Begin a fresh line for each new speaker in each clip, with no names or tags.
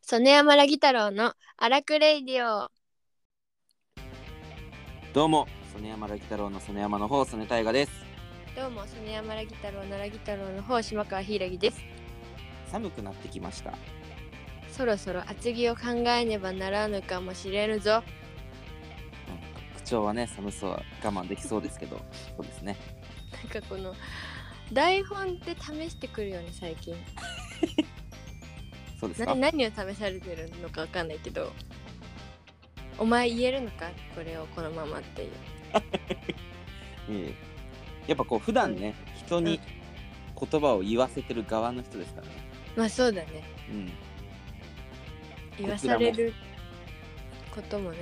曽根山ラギ太郎の荒くレイディオ
どうも、曽根山ラキ太郎の曽根山の方、曽根大河です。
どうも曽根山ラギ太郎のラギ太郎の方島川ひいらぎです
寒くなってきました。
そろそろ厚着を考えねばならぬかもしれぬぞ
口調はね、寒そう、我慢できそうですけど、そうですね。
なんかこの台本って試してくるよね最近
そうです
な
か。
何を試されてるのかわかんないけどお前言えるのかこれをこのままっていう
ええやっぱこう、普段ね、人に言葉を言わせてる側の人ですからね。
まあそうだね
うん。こ
言わされることもね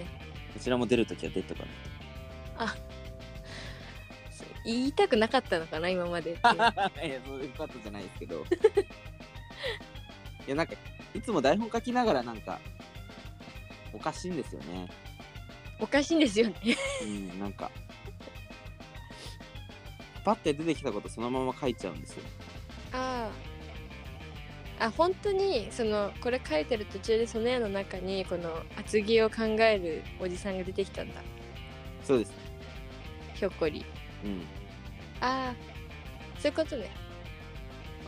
ちらも出るときは出とかね。
そう言いたくなかったのかな今までっていう
いや、そういうことじゃないですけど。いや、なんか、 いつも台本書きながらなんか、おかしいんですよね。
おかしいんですよね
うん、なんか。パッて出てきたことそのまま書いちゃうんですよ。
あああ本当にそのこれ書いてる途中でその絵の中にこの厚着を考えるおじさんが出てきたんだ
そうです。
ひょっこり
うん。
ああそういうことね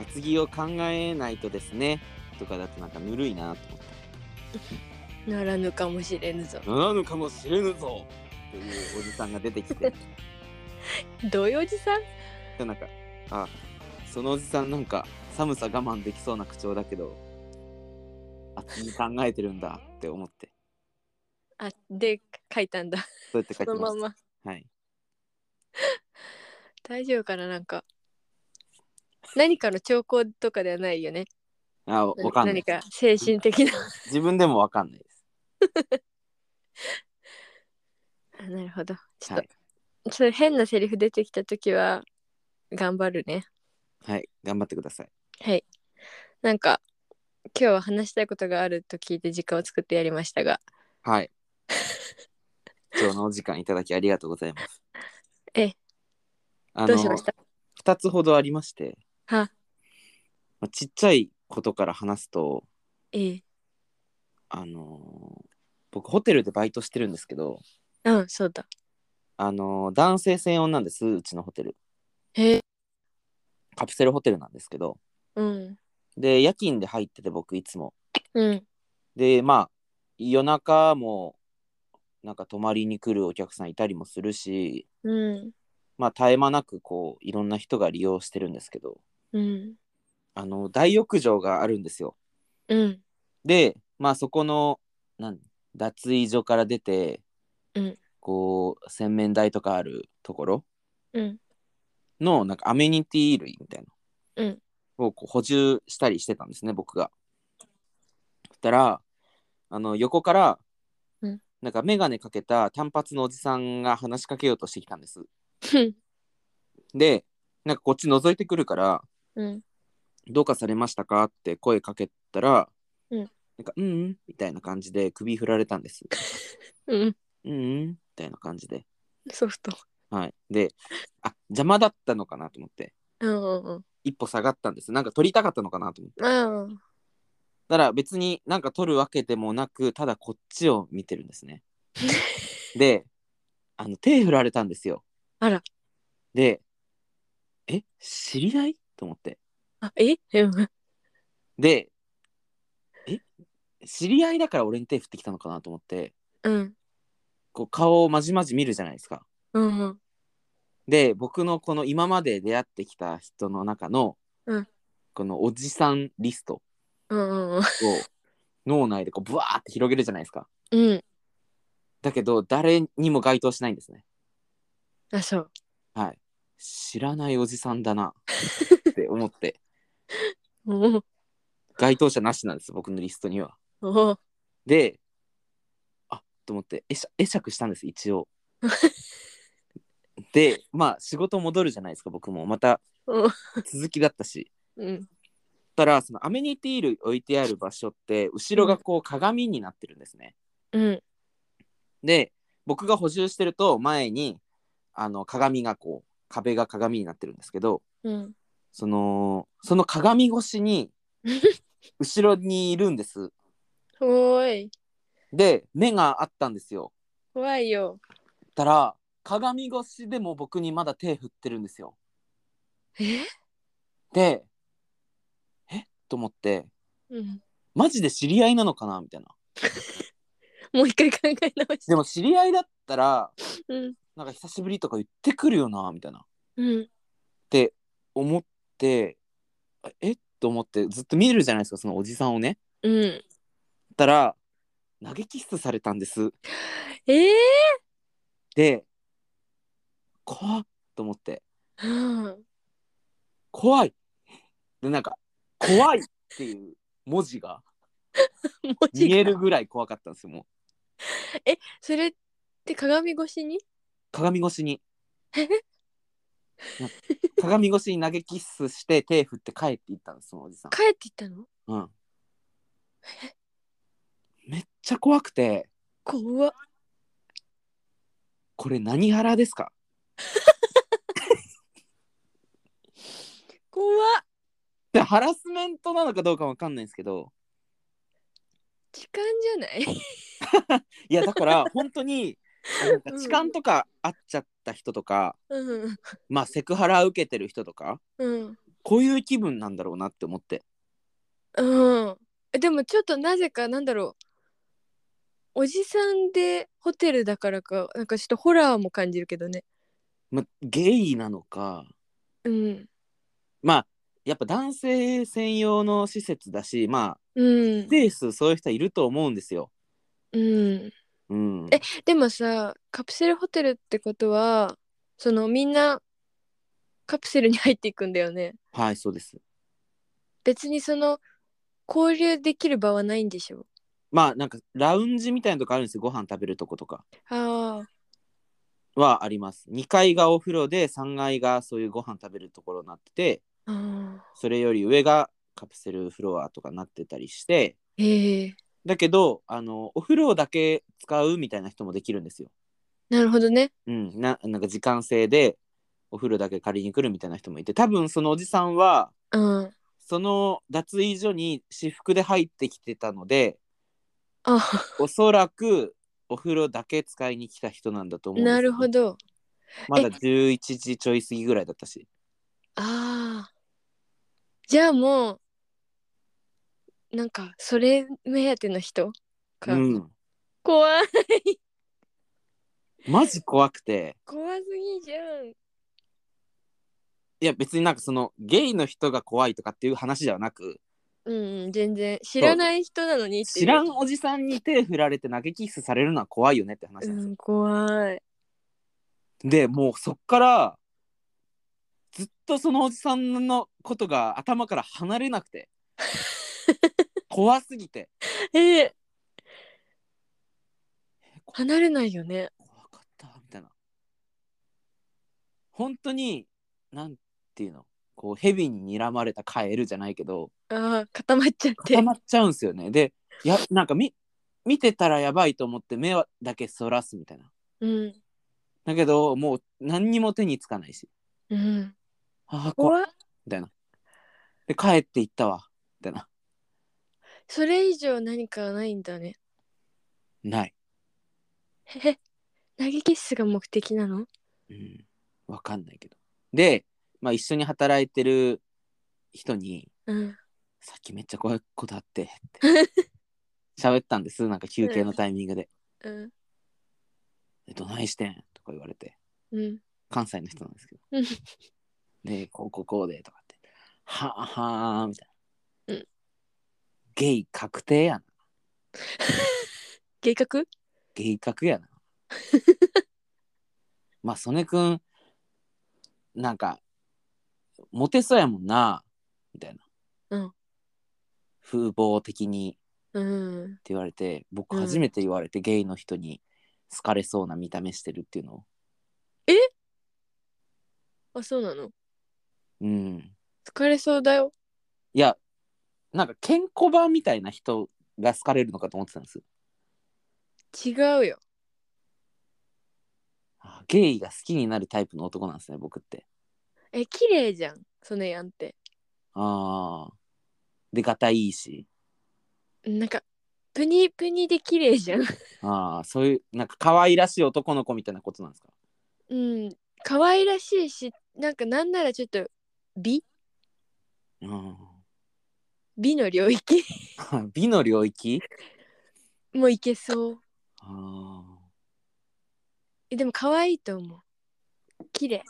厚着を考えないとですね。とかだとなんかぬるいなと思って。
ならぬかもしれぬぞ
ならぬかもしれぬぞっていうおじさんが出てきて。
どういうおじさん
でなんか、あ、そのおじさんなんか寒さ我慢できそうな口調だけど、厚着考えてるんだって思って。
あで 書いたんだ
そうやって書
そ
きま
の
した。
まま
はい。
大丈夫かななんか何かの兆候とかではないよね
あ、わかんな
何。
い
か精神的な
自分でもわかんないです。
あなるほどちょっと、
はい
それ変なセリフ出てきた時は頑張るね
はい。頑張ってください。
はいなんか今日は話したいことがあると聞いて時間を作ってやりましたが
はい。 今日のお時間いただきありがとうございます。
ええ
あ
どうしました
2つほどありまして、
は
まあちっちゃいことから話すと、
ええ
あのー僕ホテルでバイトしてるんですけど、
うんそうだ
あのー男性専用なんです、うちのホテル。
へえ
カプセルホテルなんですけど、
うん
で、夜勤で入ってて僕いつも。
うん
で、まあ、夜中も、なんか泊まりに来るお客さんいたりもするし、
うん
まあ、絶え間なくこういろんな人が利用してるんですけど
うん
あの大浴場があるんですよ
うん
でまあそこのなん脱衣所から出て、
うん
こう洗面台とかあるところ
うん
のなんかアメニティ類みたいな、
うん
をこう補充したりしてたんですね僕が。そしたらあの横から、
うん
なんか眼鏡かけた短髪のおじさんが話しかけようとしてきたんです。でなんかこっち覗いてくるから、
うん
どうかされましたかって声かけたら、
うん
なんか、うんうん、みたいな感じで首振られたんです。
うん
うんうん、みたいな感じで。
ソフト
はい。で、あ、邪魔だったのかなと思って、
うんうんうん
一歩下がったんです。なんか取りたかったのかなと思って。
ああ
たら別になんか取るわけでもなく、ただこっちを見てるんで すね。で、あの、手振られたんですよ。
あら。
で、え、知り合いと思って。
あえうん
で、え、知り合いだから俺に手振ってきたのかなと思って、
うん
こう顔をまじまじ見るじゃないですか。
うんうん
で僕のこの今まで出会ってきた人の中の、
うん
このおじさんリストを
うんうんうん
脳内でこうブワーって広げるじゃないですか。
うん
だけど誰にも該当しないんですね。
あそう
はい。知らないおじさんだなって思って
おお
該当者なしなんです僕のリストには。
おお
であと思って会釈会釈したんです 一応。でまあ仕事戻るじゃないですか僕もまた
うん
続きだったし。
うん
ったらそのアメニティ類置いてある場所って後ろがこう鏡になってるんですね。
うん
で僕が補充してると前にあの鏡がこう壁が鏡になってるんですけど
うん
そのその鏡越しに後ろにいるんです
おーい
で目があったんですよ
怖いよ
たら鏡越しでも僕にまだ手振ってるんですよ
え
でえっと思って
うん
マジで知り合いなのかなみたいな
もう一回考え直して
でも知り合いだったら
うん
なんか久しぶりとか言ってくるよなみたいなっ
うん
て思ってえっと思ってずっと見るじゃないですかそのおじさんをね
うん
たら投げキッスされたんです
えー
で怖っと思って
うん
怖いでなんか怖いっていう文字が
文字
見え
が
るぐらい怖かったんですよもう
それって鏡越しに
鏡越しにな鏡越しに投げキッスして手振って帰っていったんですそのおじさん
帰っていったの
うんめっちゃ怖くて
怖っ
これ何腹ですか
怖っ
でハラスメントなのかどうかわかんないんですけど
痴漢じゃない
いやだから本当にあなんか痴漢とかあっちゃった人とか、
うん
まあセクハラ受けてる人とか
うん
こういう気分なんだろうなって思って
うんえでもちょっとなぜかなんだろうおじさんでホテルだからかなんかちょっとホラーも感じるけどね
まあゲイなのか
うん
まあやっぱ男性専用の施設だしまあ
うん
一定数そういう人いると思うんですよ。
うん
うん、
えでもさカプセルホテルってことはそのみんなカプセルに入っていくんだよね
はいそうです。
別にその交流できる場はないんでしょ
まあなんかラウンジみたいなとこあるんですよご飯食べるとことか
ああ
はあります。2階がお風呂で3階がそういうご飯食べるところになってて
あ
それより上がカプセルフロアとかなってたりして
ーええ
だけどあのお風呂だけ使うみたいな人もできるんですよ。
なるほどね
うん、ななんか時間制でお風呂だけ借りに来るみたいな人もいて多分そのおじさんは
うん
その脱衣所に私服で入ってきてたので
あ
おそらくお風呂だけ使いに来た人なんだと思うんですよ
なるほど
まだ11時ちょい過ぎぐらいだったし
ああじゃあもうなんかそれ目当ての人
う
か、
ん
怖い
マジ怖くて
怖すぎじゃん
いや別になんかそのゲイの人が怖いとかっていう話ではなく
うんうん全然知らない人なのにっていう
知らんおじさんに手振られて投げキッスされるのは怖いよねって話
う
なんですよ、
ん怖い
でもうそっからずっとそのおじさんのことが頭から離れなく て怖すぎて
ええ離れないよね。
怖かったみたいな本当になんていうのこう蛇に睨まれたカエルじゃないけど
ああ固まっちゃって。
固まっちゃうんですよねでやなんかみ見てたらやばいと思って目はだけそらすみたいな
うん
だけどもう何にも手につかないし
うん。
ああ
怖
怖い
っ
みたいなで帰っていったわみたいな
それ以上何かないんだね。
ない
へへ。投げキッスが目的なの？
うんわかんないけどで、まあ、一緒に働いてる人に
うん。
さっきめっちゃ怖いことあってって 喋ったんですなんか休憩のタイミングで
うん
「えどないしてん?」とか言われて
うん。
関西の人なんですけど
うん
「でこうこうこうで」とかって「はあはあ」みたいな、
うん
ゲイ確定やな
計画？
ゲイ確やな まあ曽根くんなんかモテそうやもんなみたいな、
うん
風貌的に
うん
っ。て言われて僕
うん
初めて言われて、ゲイの人に好かれそうな見た目してるっていうのを
あそうなの。
うん
疲れそうだよ。
いやなんかケンコバみたいな人が好かれるのかと思ってたんです
違うよ。
あゲイが好きになるタイプの男なんですね僕って
え綺麗じゃん。ソネヤンって。
ああでがたいいし
なんかプニプニで綺麗じゃん。
ああそういうなんか可愛らしい男の子みたいなことなんですか
うん。可愛らしいし、なんかなんならちょっと美
うん
美の領域
美の領域
もいけそう。
ああ
えでも可愛いと思う。綺麗。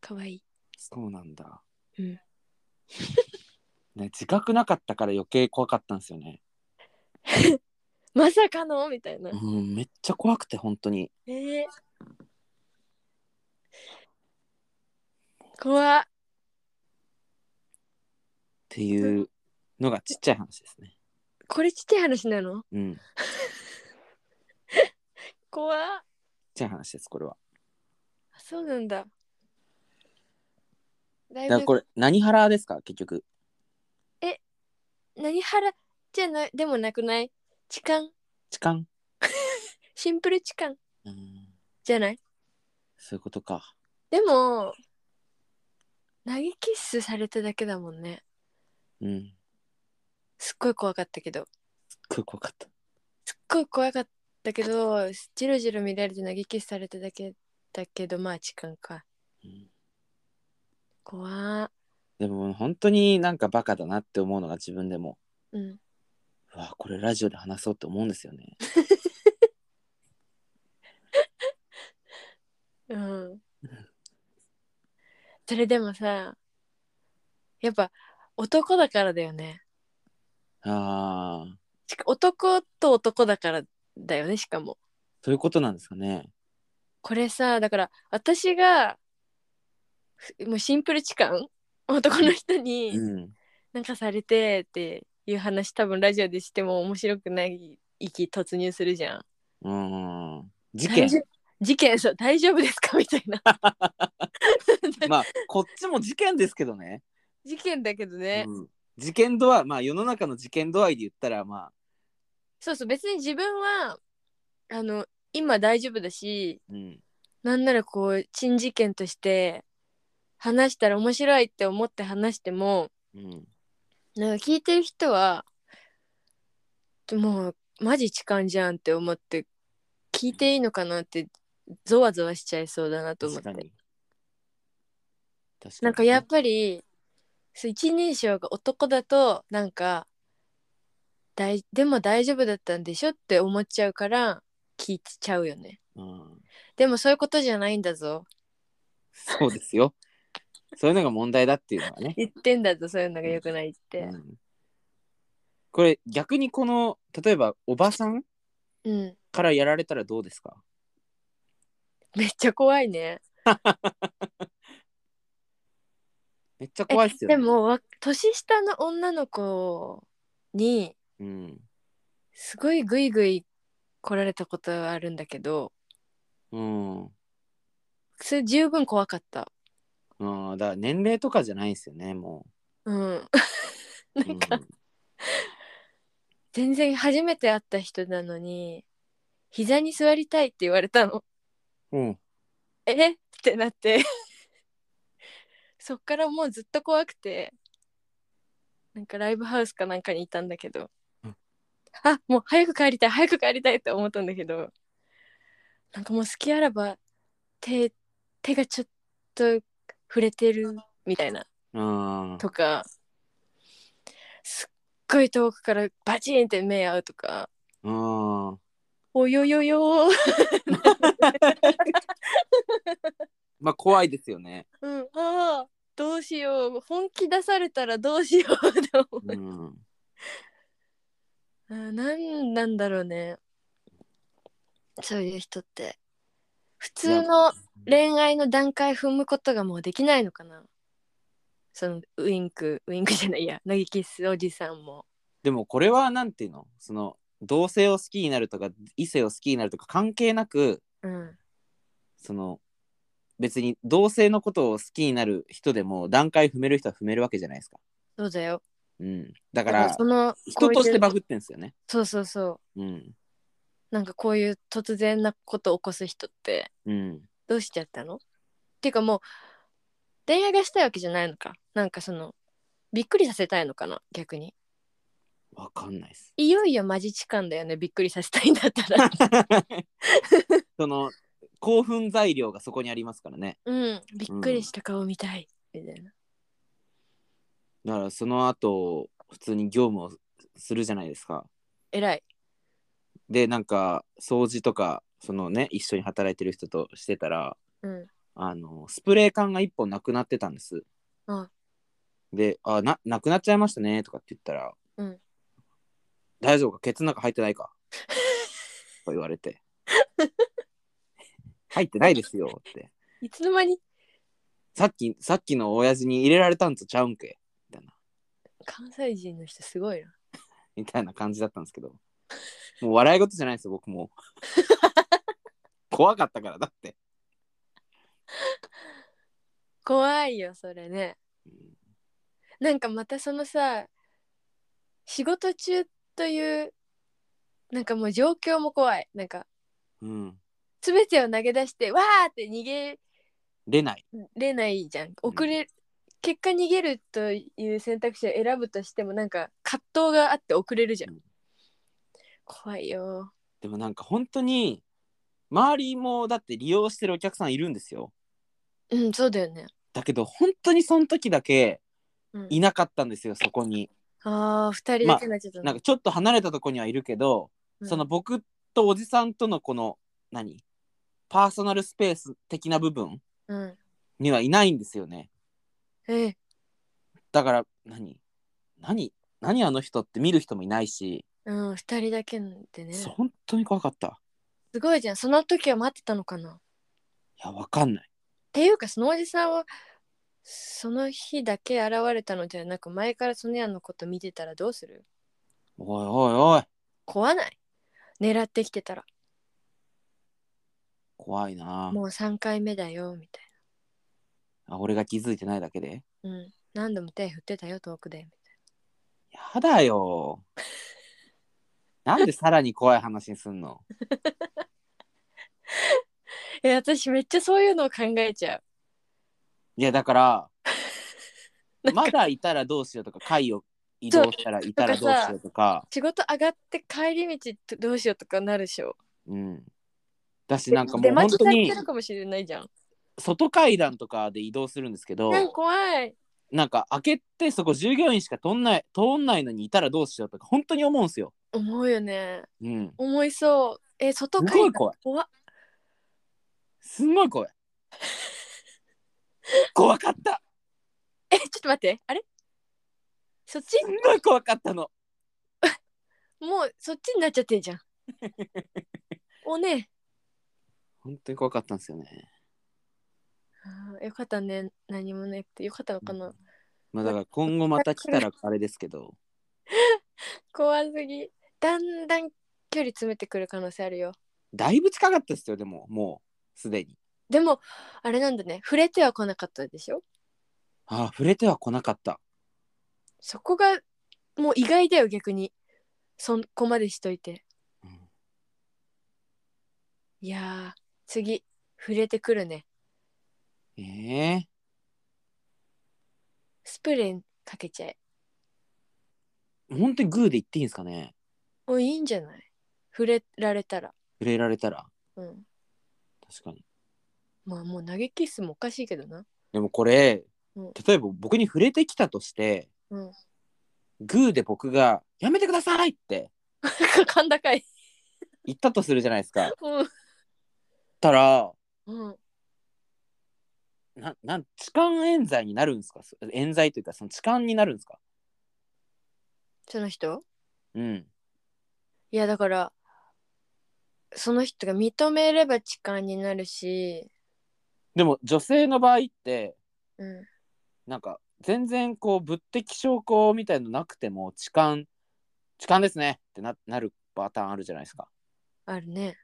可愛い。
そうなんだ、
うん
ね、自覚なかったから余計怖かったんですよね、
まさかのみたいな。
うん、めっちゃ怖くて本当に
えー、怖っ
っていうのがちっちゃい話ですね
これちっちゃい話なの
うんちっ
怖っ
ちゃい話ですこれは
あそうなんだ。だい
だから
ぶ
これ何ハラですか結局
何腹じゃないでもなくない痴漢
痴漢、
シンプル痴漢
うん、
じゃない
そういうことか
でも投げキッスされただけだもんね
うん
すっごい怖かったけど
すっごい怖かった
すっごい怖かったけどジロジロ見られて投げキッスされただけだけどまあ痴漢か
うん
怖っ
でも本当になんかバカだなって思うのが自分でも
うん
うわこれラジオで話そうって思うんですよね
うんそれでもさやっぱ男だからだよね
ああ
しか男と男だからだよねしかも
そういうことなんですかね
これさだから私がふもうシンプル痴漢男の人に
うん
なんかされてっていう話多分ラジオでしても面白くない域突入するじゃん。
うん事
大
件
丈夫事件そう大丈夫ですかみたいな
まあこっちも事件ですけどね、
事件だけどね、
うん、事件度はまあ世の中の事件度合いで言ったらまあ
そうそう別に自分はあの今大丈夫だし
うん
なんならこう珍事件として話したら面白いって思って話しても
うん
なんか聞いてる人はもうマジ痴漢じゃんって思って聞いていいのかなってゾワゾワしちゃいそうだなと思っ
確か
て
に確かに
なんかやっぱりそう一人称が男だとなんかだいでも大丈夫だったんでしょって思っちゃうから聞いちゃうよね
うん、
でもそういうことじゃないんだぞ
そうですよそういうのが問題だっていうの はね、
言ってんだぞそういうのが良くないっ
う
て
ん、これ逆にこの例えばおばさん
うん
からやられたらどうですか
めっちゃ怖いね
めっちゃ怖いっすよね
でもわ年下の女の子に
うん
すごいグイグイ来られたことはあるんだけど
うん
それ十分怖かった
うん、だから年齢とかじゃないんですよねも
うん
う。
なんか
うん
全然初めて会った人なのに膝に座りたいって言われたの
うん、
えってなって そっからもうずっと怖くてなんかライブハウスかなんかにいたんだけど
うん
あもう早く帰りたい早く帰りたいって思ったんだけどなんかもう隙あらば手手がちょっと触れてるみたいな
あー
とかすっごい遠くからバチンって目合うとか
あー
およよよー、
まあ怖いですよね。
うん、あーどうしよう本気出されたらどうしようって思う
うん、
うんなんなんだろうねそういう人って普通の恋愛の段階踏むことがもうできないのかなそのウインクウインクじゃないいや投げキッスおじさんも
でもこれはなんていうのその同性を好きになるとか異性を好きになるとか関係なく
うん
その別に同性のことを好きになる人でも段階踏める人は踏めるわけじゃないですか。
そうだよ
うん、だ
だ
から
その
人としてバ
こういう
グってんですよね。
そうそうそう
うん
なんかこういう突然なことを起こす人って
うん、
どうしちゃったのっていうかもう恋愛がしたいわけじゃないのかなんかそのびっくりさせたいのかな逆に
わかんないです
いよいよマジ痴漢だよねびっくりさせたいんだった ら
その興奮材料がそこにありますからね
うんびっくりした顔見たい、みたいな
だからその後普通に業務をするじゃないですか
偉い
でなんか掃除とかそのね一緒に働いてる人としてたら
うん
あのスプレー缶が1本なくなってたんです。
うん
で「あななくなっちゃいましたね」とかって言ったら「
うん
大丈夫かケツの中入ってないか」と言わ れて「入ってないですよ」って
いつの間に
「さっきさっきの親父に入れられたんとちゃうんけ」みたいな
関西人の人すごいな
みたいな感じだったんですけどもう笑い事じゃないですよ僕 も怖かったからだって。
怖いよそれねなんかまたそのさ仕事中というなんかもう状況も怖いなんか
うん、
全てを投げ出してわーって逃げ
れない。
れないじゃん遅れ、結果逃げるという選択肢を選ぶとしてもなんか葛藤があって遅れるじゃん、
うん
怖いよ
でもなんか本当に周りもだって利用してるお客さんいるんですよ
うんそうだよね、
だけど本当にその時だけ
うん、
いなかったんですよそこに
あー二人だけになっちゃった
な
か、
んかちょっと離れたとこにはいるけど、
うん
その僕とおじさんとのこの何パーソナルスペース的な部分
うん
にはいないんですよね
ええ
だから何何何あの人って見る人もいないし、
うん二人だけでね
そう
す
本当に怖かった
ごいじゃんその時は待ってたのかない
やわかんない
っていうかそのおじさんはその日だけ現れたのではなく前からソニアのこと見てたらどうする
おいおいおい
怖ない狙ってきてたら
怖いな
もう3回目だよみたい
あ俺が気づいてないだけで
なうん何度も手振ってたよ遠くで
やだよ。 なんでさらに怖い話にすんの
え私めっちゃそういうのを考えちゃう
いやだから
なんか
まだいたらどうしようとか階を移動したらいたらどうしようとか
仕事上がって帰り道ってどうしようとかなるでしょ
うんだしなんかも
出
う本
待ち
当
され
に
てるかもしれないじゃん
外階段とかで移動するんですけど
なんか怖い
なんか開けてそこ従業員しか通んない通んないのにいたらどうしようとか本当に思うんすよ。
思うよね
うん、
思いそうえ外
す
階
ごい
段
怖い
怖っ
すんごい怖い。怖かった
えちょっと待ってあれそっち
すんごい怖かったの。
もうそっちになっちゃってんじ ゃん。おね
本当に怖かったんですよね。
あーよかったね何もなくてよかったのかな、
まあだから今後また来たらあれですけど。
怖すぎだんだん距離詰めてくる可能性あるよ
だいぶ近かったですよでももうすでに
でもあれなんだね触れては来なかったでしょ
ああ触れては来なかった
そこがもう意外だよ逆にそこまでしといて
うん
いやー次触れてくるね
ええ
スプレーかけちゃえ
本当にグーで言っていいんですかね
もういいんじゃない触れられたら
触れられたら
うん
確かに
まあもう投げキッスもおかしいけどな
でもこれ
うん
例えば僕に触れてきたとして、
うん
グーで僕が「やめてください!」って
甲高い
言ったとするじゃないですか
うん
たら
うん
ななん痴漢冤罪になるんですかそ冤罪というかその痴漢になるんですか
その人
うん
いやだからその人が認めれば痴漢になるし、
でも女性の場合って
うん、
なんか全然こう物的証拠みたいのなくても痴漢痴漢ですねってななるパターンあるじゃないですか
あるね。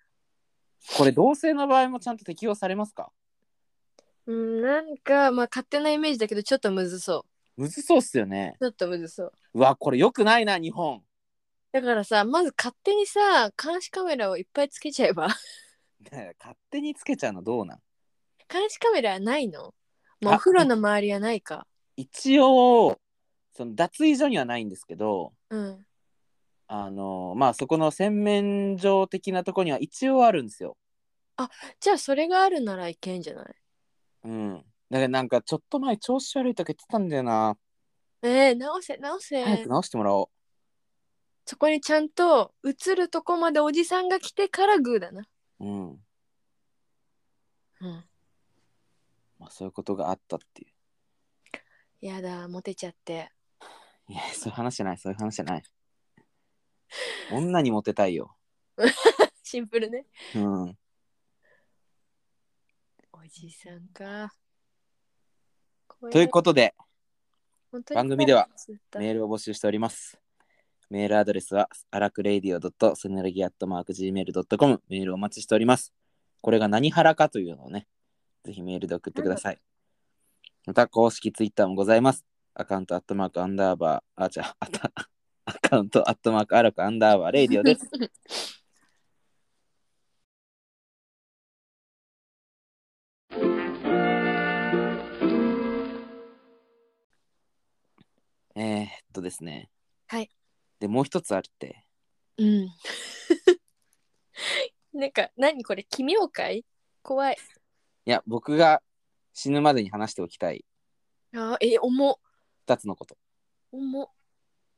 これ同性の場合もちゃんと適用されますか
うん、なんかまあ勝手なイメージだけどちょっとむずそ
むずそうっすよね
うちょっとむずそう
うわこれよくないな日本
だからさまず勝手にさ監視カメラをいっぱいつけちゃえば
勝手につけちゃうのどうなん
監視カメラはないのまあ
あ
お風呂の周りはないか
一応その脱衣所にはないんですけど
うん
あのまあそこの洗面所的なとこには一応あるんですよ。
じゃあそれがあるならいけんじゃない
うん。だからなんかちょっと前調子悪いとか言ってたんだよな。
ええ直せ直せ
早く直してもらおう。
そこにちゃんと映るとこまでおじさんが来てからグーだな
うん。
うん
まあそういうことがあったっていう。
やだモテちゃって
いや、そういう 話じゃない、そういう話じゃない。女にモテたいよ。
シンプルね
うん。
おじさんか
ということで、
本当に
番組では
ずっと
メールを募集しております。メールアドレスは、アラクレイディオセネルギアットマーク Gmail.com メールをお待ちしております。これが何ハラかというのをね、ぜひメールで送ってください。また、公式ツイッターもございます。アカウントアットマークアンダーバー、あ、じゃあ、あた、 アカウントアットマークアラクアンダーバーレイディオです。 えー、っとですね。
はい。
で、もう一つあるって。
うんなん か何これ奇妙かい怖い
いや、僕が死ぬまでに話しておきたい
あーえ重っ
二つのこと。
重っ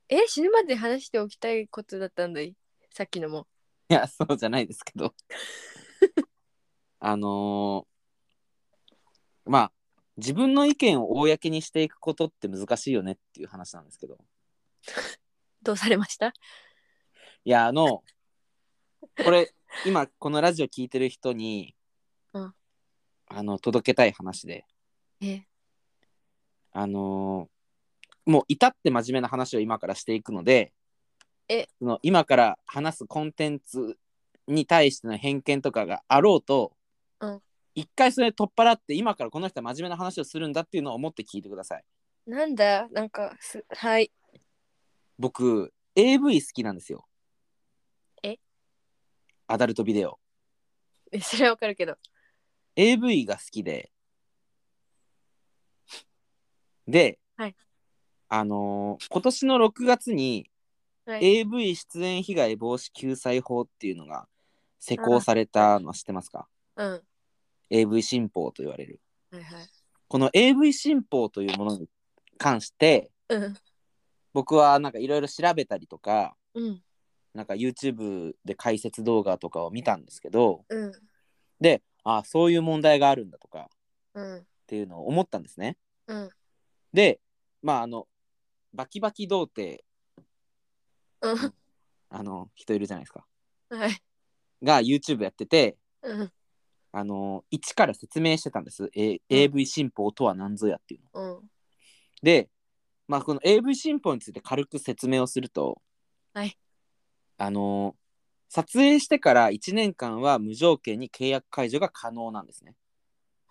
え死ぬまで話しておきたいことだったんだいさっきのも
いや、そうじゃないですけど。あのーまあ、自分の意見を公にしていくことって難しいよねっていう話なんですけど。
どうされました
いや、あの、これ、今、このラジオ聞いてる人に、
うん
あの、届けたい話で、
え
あのーもう至って真面目な話を今からしていくので
え
その今から話すコンテンツに対しての偏見とかがあろうと、
うん
一回それ取っ払って今からこの人は真面目な話をするんだっていうのを思って聞いてください
なんだなんかすはい
僕 AV 好きなんですよ
え
アダルトビデオ
えそれはわかるけど
AV が好きでで、
はい
あのー今年の6月に
はい
AV 出演被害防止救済法っていうのが施行されたのは知ってますか
うんは
?AV 新法と言われる。
いはい
この AV 新法というものに関して
うん
僕はなんかいろいろ調べたりとか
うん
なんか YouTube で解説動画とかを見たんですけど
うん
でああそういう問題があるんだとかっ
うん
ていうのを思ったんですね。
うん
でまああのバキバキ童貞
うん
あの人いるじゃないですか
はい
が YouTube やってて
うん
あの一から説明してたんです、A
うん
AV 新法とは何ぞやっていうの。
うん
で、まあ、この AV 新法について軽く説明をすると、
はい
あの撮影してから1年間は無条件に契約解除が可能なんですね。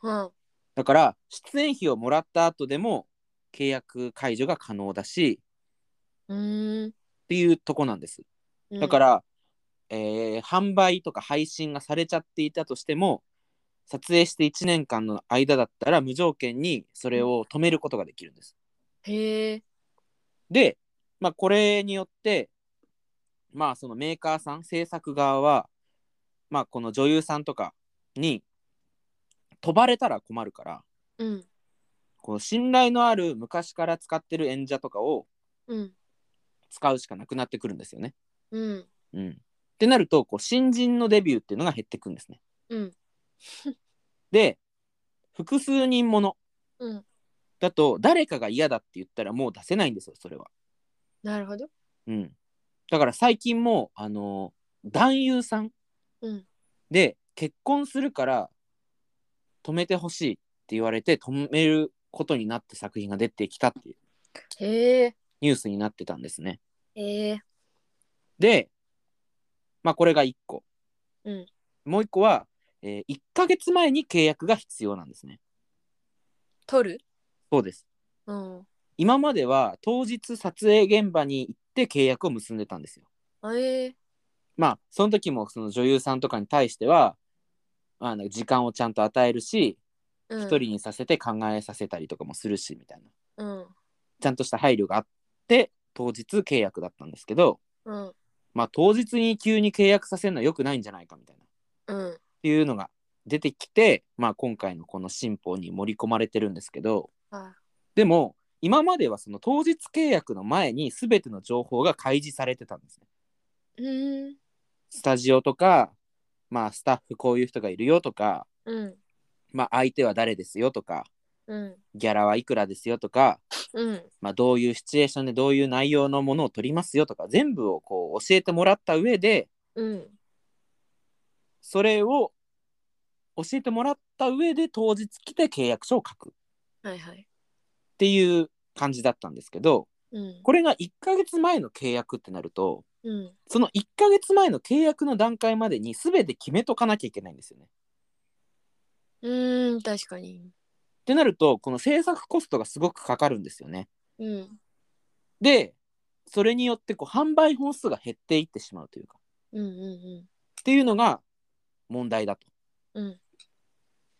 うん
だから出演費をもらった後でも契約解除が可能だし
うーん
っていうとこなんです。
うん
だから、えー販売とか配信がされちゃっていたとしても撮影して1年間の間だったら無条件にそれを止めることができるんです。
へえ
で、まあ、これによって、まあ、そのメーカーさん制作側は、まあ、この女優さんとかに飛ばれたら困るから
うん
こう信頼のある昔から使ってる演者とかを
うん
使うしかなくなってくるんですよね。
うん
うん、ってなるとこう新人のデビューっていうのが減ってくんですね。
うん
で複数人もの
うん
だと誰かが嫌だって言ったらもう出せないんですよそれは。
なるほど
うん、だから最近もあの男優さん
うん
で結婚するから止めてほしいって言われて止めることになって作品が出てきたっていう
へえ
ニュースになってたんですね。
へえ
でまあこれが1個。
うん
もう1個は、え1ヶ月前に契約が必要なんですね。
取る
そうです。
うん
今までは当日撮影現場に行って契約を結んでたんですよ。
あえー
まあその時もその女優さんとかに対しては、まあ、なんか時間をちゃんと与えるし
うん
一人にさせて考えさせたりとかもするしみたいな
うん
ちゃんとした配慮があって当日契約だったんですけど
うん
まあ当日に急に契約させるのは良くないんじゃないかみたいな。
うん
っていうのが出てきて、まあ、今回のこの新法に盛り込まれてるんですけど
は
でも今まではその当日契約の前に全ての情報が開示されてたんですね。
いうん
スタジオとか、まあ、スタッフこういう人がいるよとか、
うん
まあ、相手は誰ですよとか
うん
ギャラはいくらですよとか、
うん
まあ、どういうシチュエーションでどういう内容のものを取りますよとか全部をこう教えてもらった上で
うん
それを教えてもらった上で当日来て契約書を書くっ
はいはい
ていう感じだったんですけど
うん
これが1ヶ月前の契約ってなると
うん
その1ヶ月前の契約の段階までに全て決めとかなきゃいけないんですよね。
うん確かに
ってなるとこの制作コストがすごくかかるんですよね。
うん
でそれによってこう販売本数が減っていってしまうというか
うんうん
っていうのが問題だと。
うんうん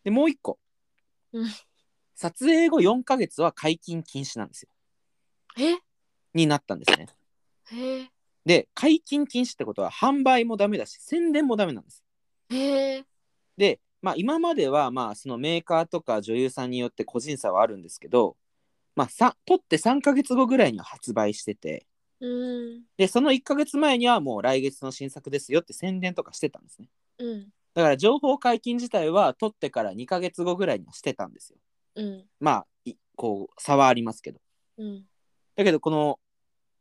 でもう一個、
うん
撮影後4ヶ月は解禁禁止なんですよ
え
になったんですね。
へえ
で解禁禁止ってことは販売もダメだし宣伝もダメなんです。
へえ
で、まあ、今まではまあそのメーカーとか女優さんによって個人差はあるんですけど、まあ、さ撮って3ヶ月後ぐらいには発売してて
うん
でその1ヶ月前にはもう来月の新作ですよって宣伝とかしてたんですね。
うん
だから情報解禁自体は撮ってから2ヶ月後ぐらいにはしてたんですよ。
うん
まあいこう差はありますけど。
うん
だけどこの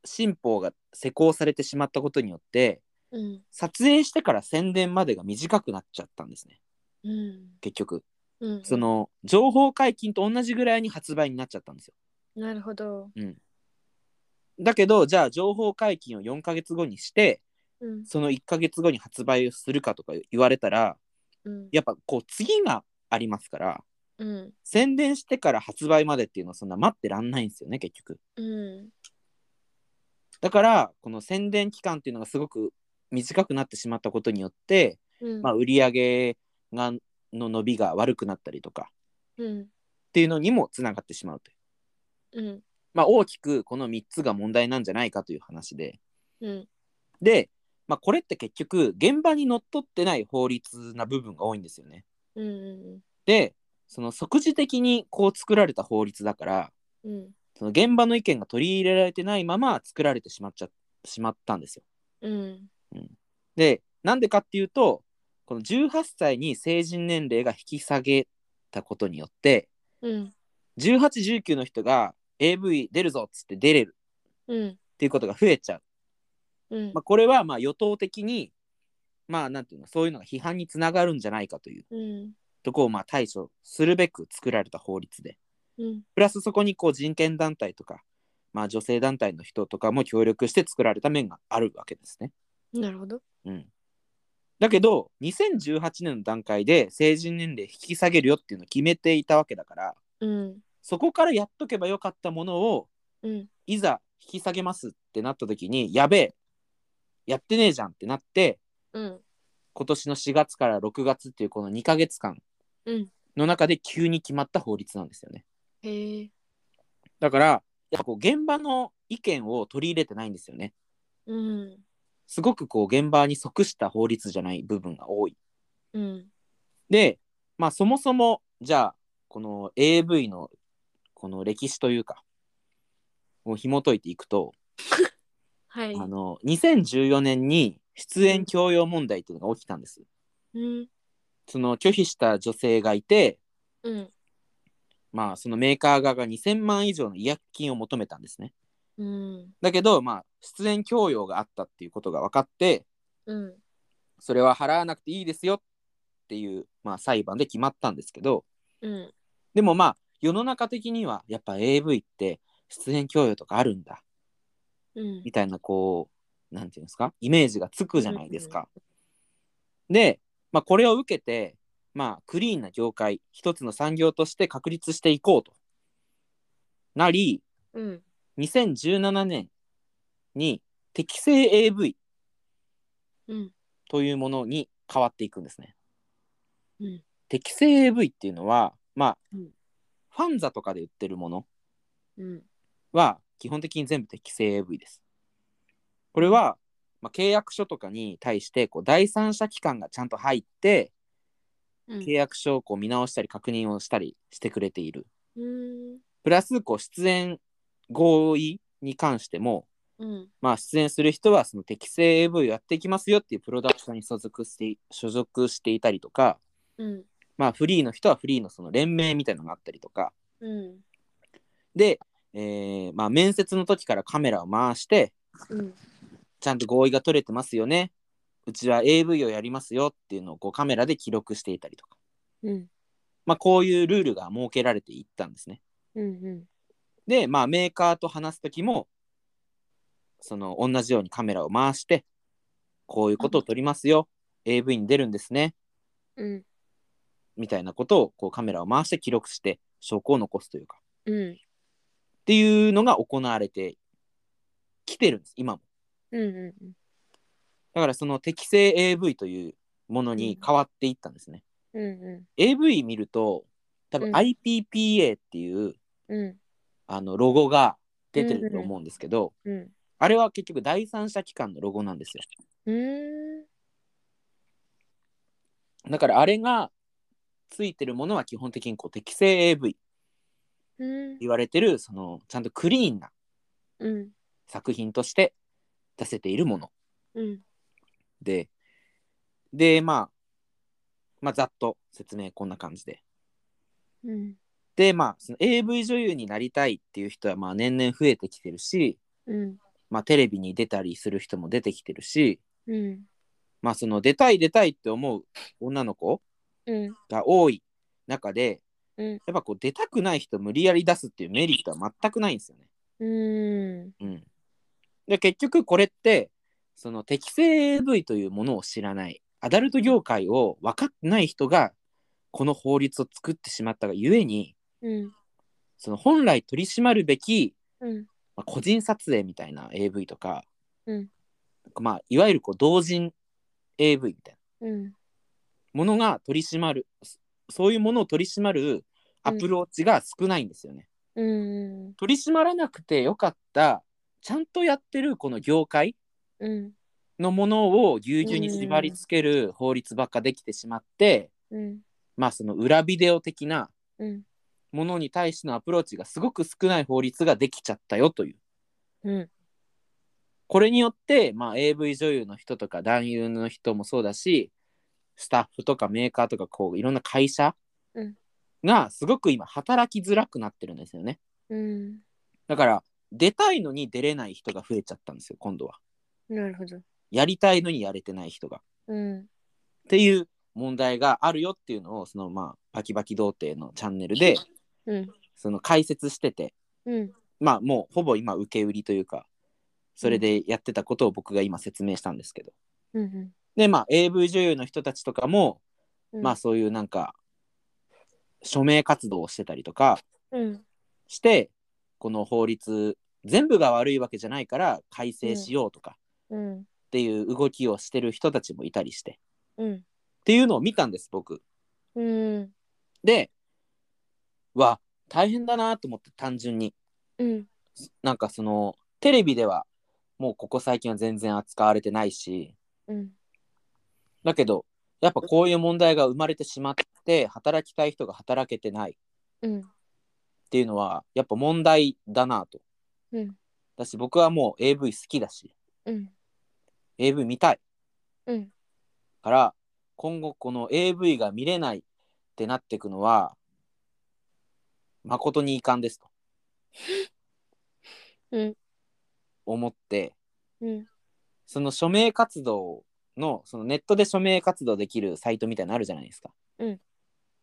新法が施行されてしまったことによって
うん
撮影してから宣伝までが短くなっちゃったんですね
うん
結局
うん
その情報解禁と同じぐらいに発売になっちゃったんですよ
なるほど
だけどじゃあ情報解禁を4ヶ月後にして
うん
その1ヶ月後に発売をするかとか言われたら
うん
やっぱこう次がありますから
うん
宣伝してから発売までっていうのはそんな待ってらんないんですよね結局
うん
だからこの宣伝期間っていうのがすごく短くなってしまったことによって
うん
まあ、売り上げがの伸びが悪くなったりとかっ
うん
ていうのにもつながってしまうという、
うん
まあ、大きくこの3つが問題なんじゃないかという話で
うん
で、まあ、これって結局現場にのっとってない法律な部分が多いんですよね
うん
でその即時的にこう作られた法律だから
うん
その現場の意見が取り入れられてないまま作られてしまっちゃしまったんですよ
うん
でなんでかっていうとこの18歳に成人年齢が引き下げたことによって
うん
1819の人が AV 出るぞっつって出れる
うん
っていうことが増えちゃう、
うん
まあ、これはまあ与党的にまあなんていうのそういうのが批判につながるんじゃないかという
うん
とこをまあ対処するべく作られた法律で
うん
プラスそこにこう人権団体とか、まあ、女性団体の人とかも協力して作られた面があるわけですね。
なるほど
うん、だけど2018年の段階で成人年齢引き下げるよっていうのを決めていたわけだから
うん
そこからやっとけばよかったものを
うん
いざ引き下げますってなった時にやべえやってねえじゃんってなって
うん
今年の4月から6月っていうこの2ヶ月間
うん
の中で急に決まった法律なんですよね
へえ
だからやっぱこう現場の意見を取り入れてないんですよね
うん
すごくこう現場に即した法律じゃない部分が多い
うん
でまあそもそもじゃあこの AV のこの歴史というかを紐解いていくと、
はい
あの2014年に出演強要問題っていうのが起きたんです
うん
その拒否した女性がいて、
うん
まあ、そのメーカー側が2000万以上の違約金を求めたんですね。
うん
だけど、まあ、出演強要があったっていうことが分かって、
うん
それは払わなくていいですよっていう、まあ、裁判で決まったんですけど、
うん
でもまあ、世の中的には、やっぱ AV って出演強要とかあるんだ、
うん
みたいな、こう、なんていうんですか、イメージがつくじゃないですか。で、まあ、これを受けて、まあ、クリーンな業界、一つの産業として確立していこうとなり、
うん
2017年に適正 AV
うん
というものに変わっていくんですね。
うん
適正 AV っていうのは、まあ、
うん
ファンザとかで売ってるもの
うん
は基本的に全部適正 AV です。これは、まあ、契約書とかに対してこう第三者機関がちゃんと入って
うん
契約書をこう見直したり確認をしたりしてくれている
うん
プラスこう出演合意に関しても、
うん
まあ、出演する人はその適正 AV をやっていきますよっていうプロダクションに所属して所属していたりとか、
うん
まあ、フリーの人はフリーのその連盟みたいなのがあったりとか
うん
で、えーまあ、面接の時からカメラを回して
うん
ちゃんと合意が取れてますよねうちは AV をやりますよっていうのをこうカメラで記録していたりとか、
うん
まあ、こういうルールが設けられていったんですね。
うん
で、まあ、メーカーと話す時もその同じようにカメラを回してこういうことを撮りますよ AV に出るんですね
うん
みたいなことをこうカメラを回して記録して証拠を残すというか
うん
っていうのが行われてきてるんです今も
うんうん
だからその適正 AV というものに変わっていったんですね、
うん
AV 見ると多分
うん
IPPA っていう、
うん
あのロゴが出てると思うんですけど、
うん
あれは結局第三者機関のロゴなんですよ
うん
だからあれがついてるものは基本的にこう適正 AV
うん
言われてるそのちゃんとクリーンな
うん
作品として出せているもの
うん
ででまあまあざっと説明こんな感じで
うん
でまあその AV 女優になりたいっていう人はまあ年々増えてきてるし、
うん
まあ、テレビに出たりする人も出てきてるし
うん
まあその出たい出たいって思う女の子
うん
が多い中で
うん
やっぱこう出たくない人無理やり出すっていうメリットは全くないんですよね。
うん
うん、で結局これってその適正 AV というものを知らないアダルト業界を分かってない人がこの法律を作ってしまったがゆえに
うん
その本来取り締まるべき、
うん
まあ、個人撮影みたいな AV とか、
うん
まあ、いわゆるこう同人 AV みたいな
うん
ものが取り締まるそそういうものを取り締まるアプローチが少ないんですよね。
うん
取り締まらなくてよかったちゃんとやってるこの業界
うん
のものをぎゅうぎゅうに縛りつける法律ばっかできてしまって、
うん
まあその裏ビデオ的な
うん
ものに対してのアプローチがすごく少ない法律ができちゃったよという
うん
これによって、まあ、AV 女優の人とか男優の人もそうだしスタッフとかメーカーとかこういろんな会社
うん
がすごく今働きづらくなってるんですよね
うん
だから出たいのに出れない人が増えちゃったんですよ今度は
なるほど
やりたいのにやれてない人が
うん
っていう問題があるよっていうのをそのまあバキバキ童貞のチャンネルで
うん
その解説してて
うん
まあもうほぼ今受け売りというかそれでやってたことを僕が今説明したんですけど
うん
でまあ AV 女優の人たちとかも、
うん
まあそういうなんか署名活動をしてたりとか
うん
してこの法律全部が悪いわけじゃないから改正しようとか
うん
っていう動きをしてる人たちもいたりして
うん
っていうのを見たんです僕。
うん
で、うわ、大変だなと思って、単純に。
うん
なんかその、テレビでは、もうここ最近は全然扱われてないし、
うん
だけど、やっぱこういう問題が生まれてしまって、働きたい人が働けてない
うん
っていうのは、やっぱ問題だなと。
うん
だし、僕はもう AV 好きだし、
うん。
AV 見たい
うん。
から、今後この AV が見れないってなっていくのは、誠に遺憾ですと。
うん
思って、
うん。
その署名活動のそのネットで署名活動できるサイトみたいなのあるじゃないですか。
うん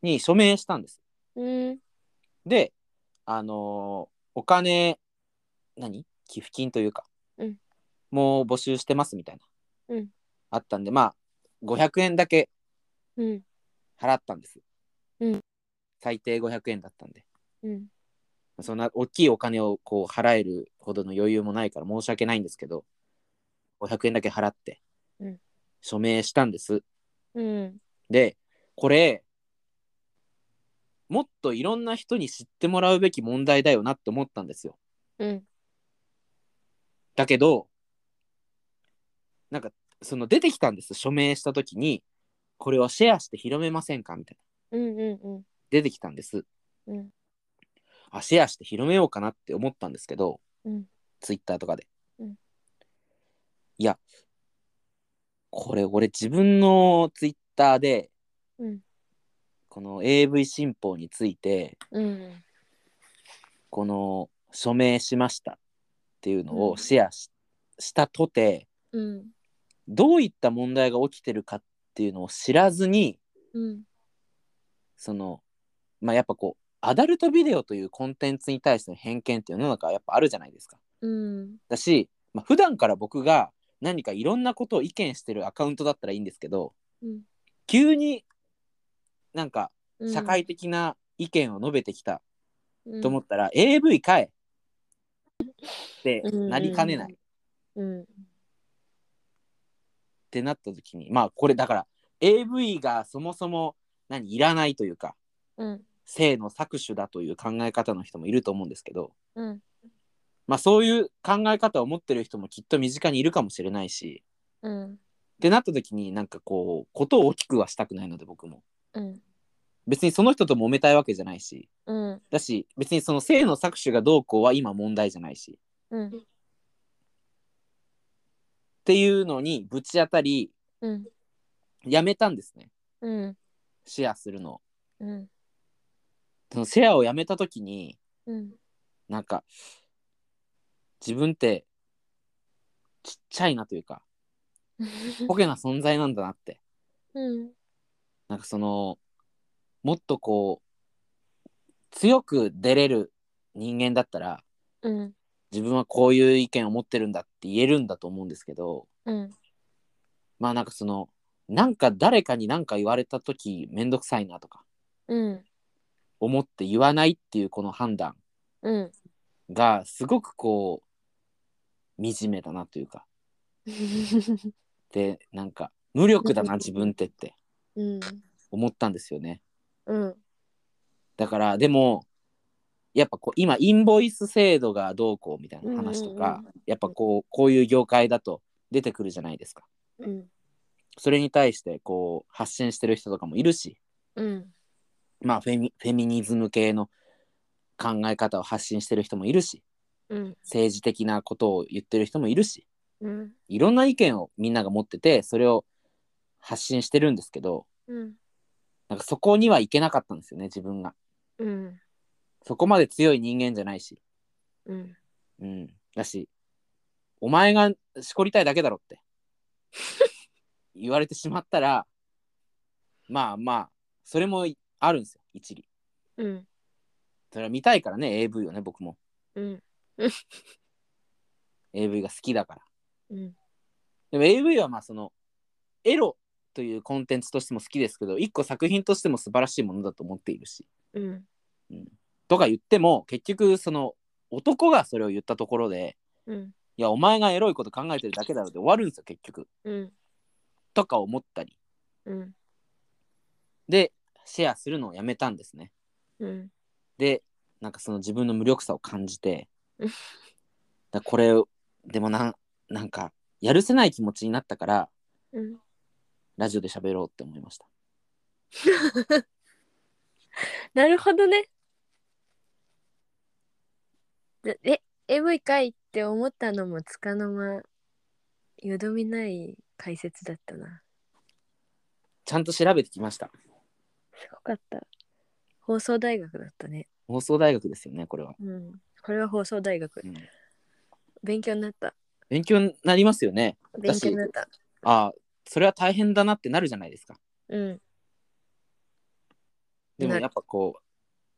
に署名したんです。
うん。
で、あのーお金何寄付金というか、
うん
もう募集してますみたいな、
うん
あったんでまあ500円だけ
うん。
払ったんです。
うん
最低500円だったんで
うん。
そんな大きいお金をこう払えるほどの余裕もないから申し訳ないんですけど500円だけ払って
うん
署名したんです。
うん。
でこれもっといろんな人に知ってもらうべき問題だよなって思ったんですよ
うん。
だけどなんかその出てきたんです署名した時にこれをシェアして広めませんかみたいな
うんうん
出てきたんです
うんうん
あシェアして広めようかなって思ったんですけど
うん
ツイッターとかで、
うん
いやこれ俺自分のツイッターで
うん
この AV 新法について
うん
この署名しましたっていうの
う
を
ん
シェアし,、したとて
うん
どういった問題が起きてるかっていうのを知らずに
うん
そのまあやっぱこうアダルトビデオというコンテンツに対しての偏見って世の中はやっぱあるじゃないですか。
うん
だし、まあ、普段から僕が何かいろんなことを意見してるアカウントだったらいいんですけど
うん
急になんか
うん
社会的な意見を述べてきたと思
っ
ったら、AV かえってなりかねないっ
うん
てなった時にまあこれだから AV がそもそも何いらないというか
うん
性の搾取だという考え方の人もいると思うんですけど、
うん
まあ、そういう考え方を持ってる人もきっと身近にいるかもしれないし
うん
ってなった時になんかこうことを大きくはしたくないので僕も
うん
別にその人と揉めたいわけじゃないし
うん
だし別にその性の搾取がどうこうは今問題じゃないし
うん
っていうのにぶち当たり
うん
やめたんですね
うん
シェアするのを
うん
そのシェアをやめた時に
うん
なんか自分ってちっちゃいなというかポケな存在なんだなって
うん
なんかそのもっとこう強く出れる人間だったら
うん
自分はこういう意見を持ってるんだって言えるんだと思うんですけど
うん
まあなんかそのなんか誰かに何か言われた時めんどくさいなとか
うん
思って言わないっていうこの判断
うん
がすごくこう惨めだなというかでなんか無力だな自分ってって
うん
思ったんですよね
うん
だからでもやっぱこう今インボイス制度がどうこうみたいな話とか、
うんうん
やっぱこうこういう業界だと出てくるじゃないですか
うん
それに対してこう発信してる人とかもいるし
うん
まあフェミフェミニズム系の考え方を発信してる人もいるし
うん
政治的なことを言ってる人もいるし
うん
いろんな意見をみんなが持っててそれを発信してるんですけど
うん
なんかそこにはいけなかったんですよね自分が
うん
そこまで強い人間じゃないし
うん
うんだしお前がしこりたいだけだろって 言われてしまったらまあまあそれもあるんですよ一理
うん
それは見たいからね AV をね僕も
うん
AV が好きだから
うん
でも AV はまあそのエロというコンテンツとしても好きですけど一個作品としても素晴らしいものだと思っているし
うん
とか言っても結局その男がそれを言ったところで
うん
いやお前がエロいこと考えてるだけだろで終わるんですよ結局
うん
とか思ったり
うん
でシェアするのをやめたんですね
うん
でなんかその自分の無力さを感じて
うん
だこれでもなんなんかやるせない気持ちになったから
うん
ラジオで喋ろうって思いました
なるほどね。でえ、エブイかいって思ったのもつかの間、よどみない解説だったな。
ちゃんと調べてきました
すごかった。放送大学だったね。
放送大学ですよねこれは、
うん。これは放送大学
う。ん
勉強になった。
勉強になりますよね
勉強になった。
ああそれは大変だなってなるじゃないですか
うん。
でも
なる
やっぱこう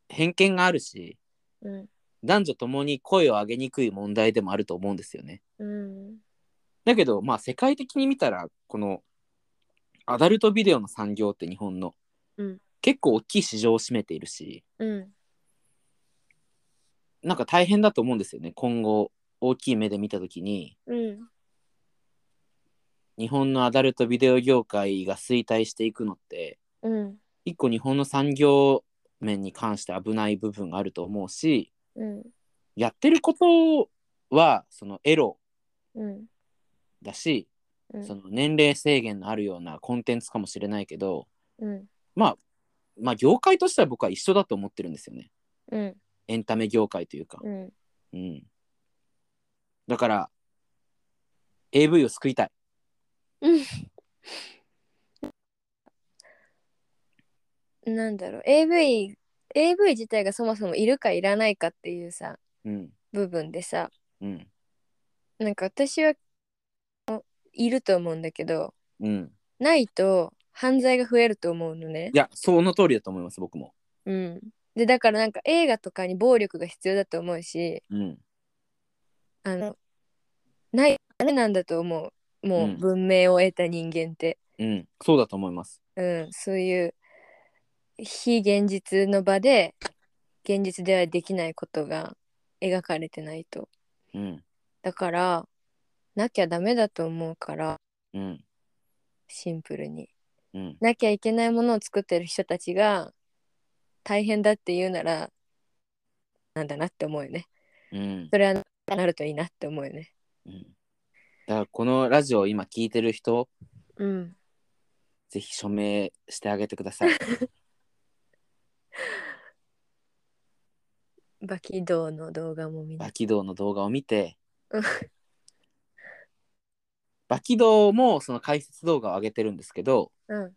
偏見があるし
うん。
男女ともに声を上げにくい問題でもあると思うんですよね
うん。
だけどまあ世界的に見たらこのアダルトビデオの産業って日本の、
うん
結構大きい市場を占めているし
うん。
なんか大変だと思うんですよね今後大きい目で見た時に
うん。
日本のアダルトビデオ業界が衰退していくのって
うん。
一個日本の産業面に関して危ない部分があると思うし
うん。
やってることはそのエロ
うん。
だし
うん
その年齢制限のあるようなコンテンツかもしれないけど
うん
まあまあ業界としては僕は一緒だと思ってるんですよね
うん
エンタメ業界というか、
うん
うん、だから AV を救いたい
なんだろう AV AV 自体がそもそもいるかいらないかっていうさ
うん
部分でさ
うん
なんか私はいると思うんだけど
うん
ないと犯罪が増えると思うのね
い。やその通りだと思います僕も
うん、でだからなんか映画とかに暴力が必要だと思うし
うん
あのないダメなんだと思うも
うん
う文明を得た人間って、
うんそうだと思います
うんそういう非現実の場で現実ではできないことが描かれてないと
うん
だからなきゃダメだと思うから
うん
シンプルに
うん
なきゃいけないものを作ってる人たちが大変だって言うならなんだなって思うよね
うん
それはなるといいなって思うよね
うんだからこのラジオを今聞いてる人
うん
ぜひ署名してあげてく ださい
バキドーの動画も見な
バキドーの動画を見て
うん
バキドーもその解説動画を上げてるんですけど、
うん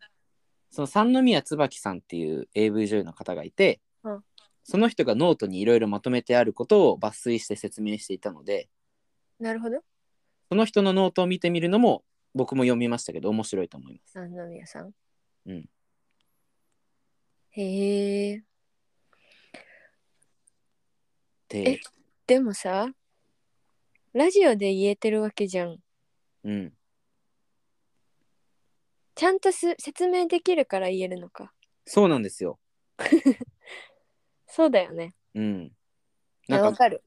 その三宮椿さんっていう AV 女優の方がいて、
うん
その人がノートにいろいろまとめてあることを抜粋して説明していたので
なるほど
その人のノートを見てみるのも僕も読みましたけど面白いと思います。
三宮さん
うん
へえ
で
え、でもさラジオで言えてるわけじゃん
うん、
ちゃんとす説明できるから言えるのか
そうなんですよ。
そうだよね
うん、
いや
な
わ
んか
かる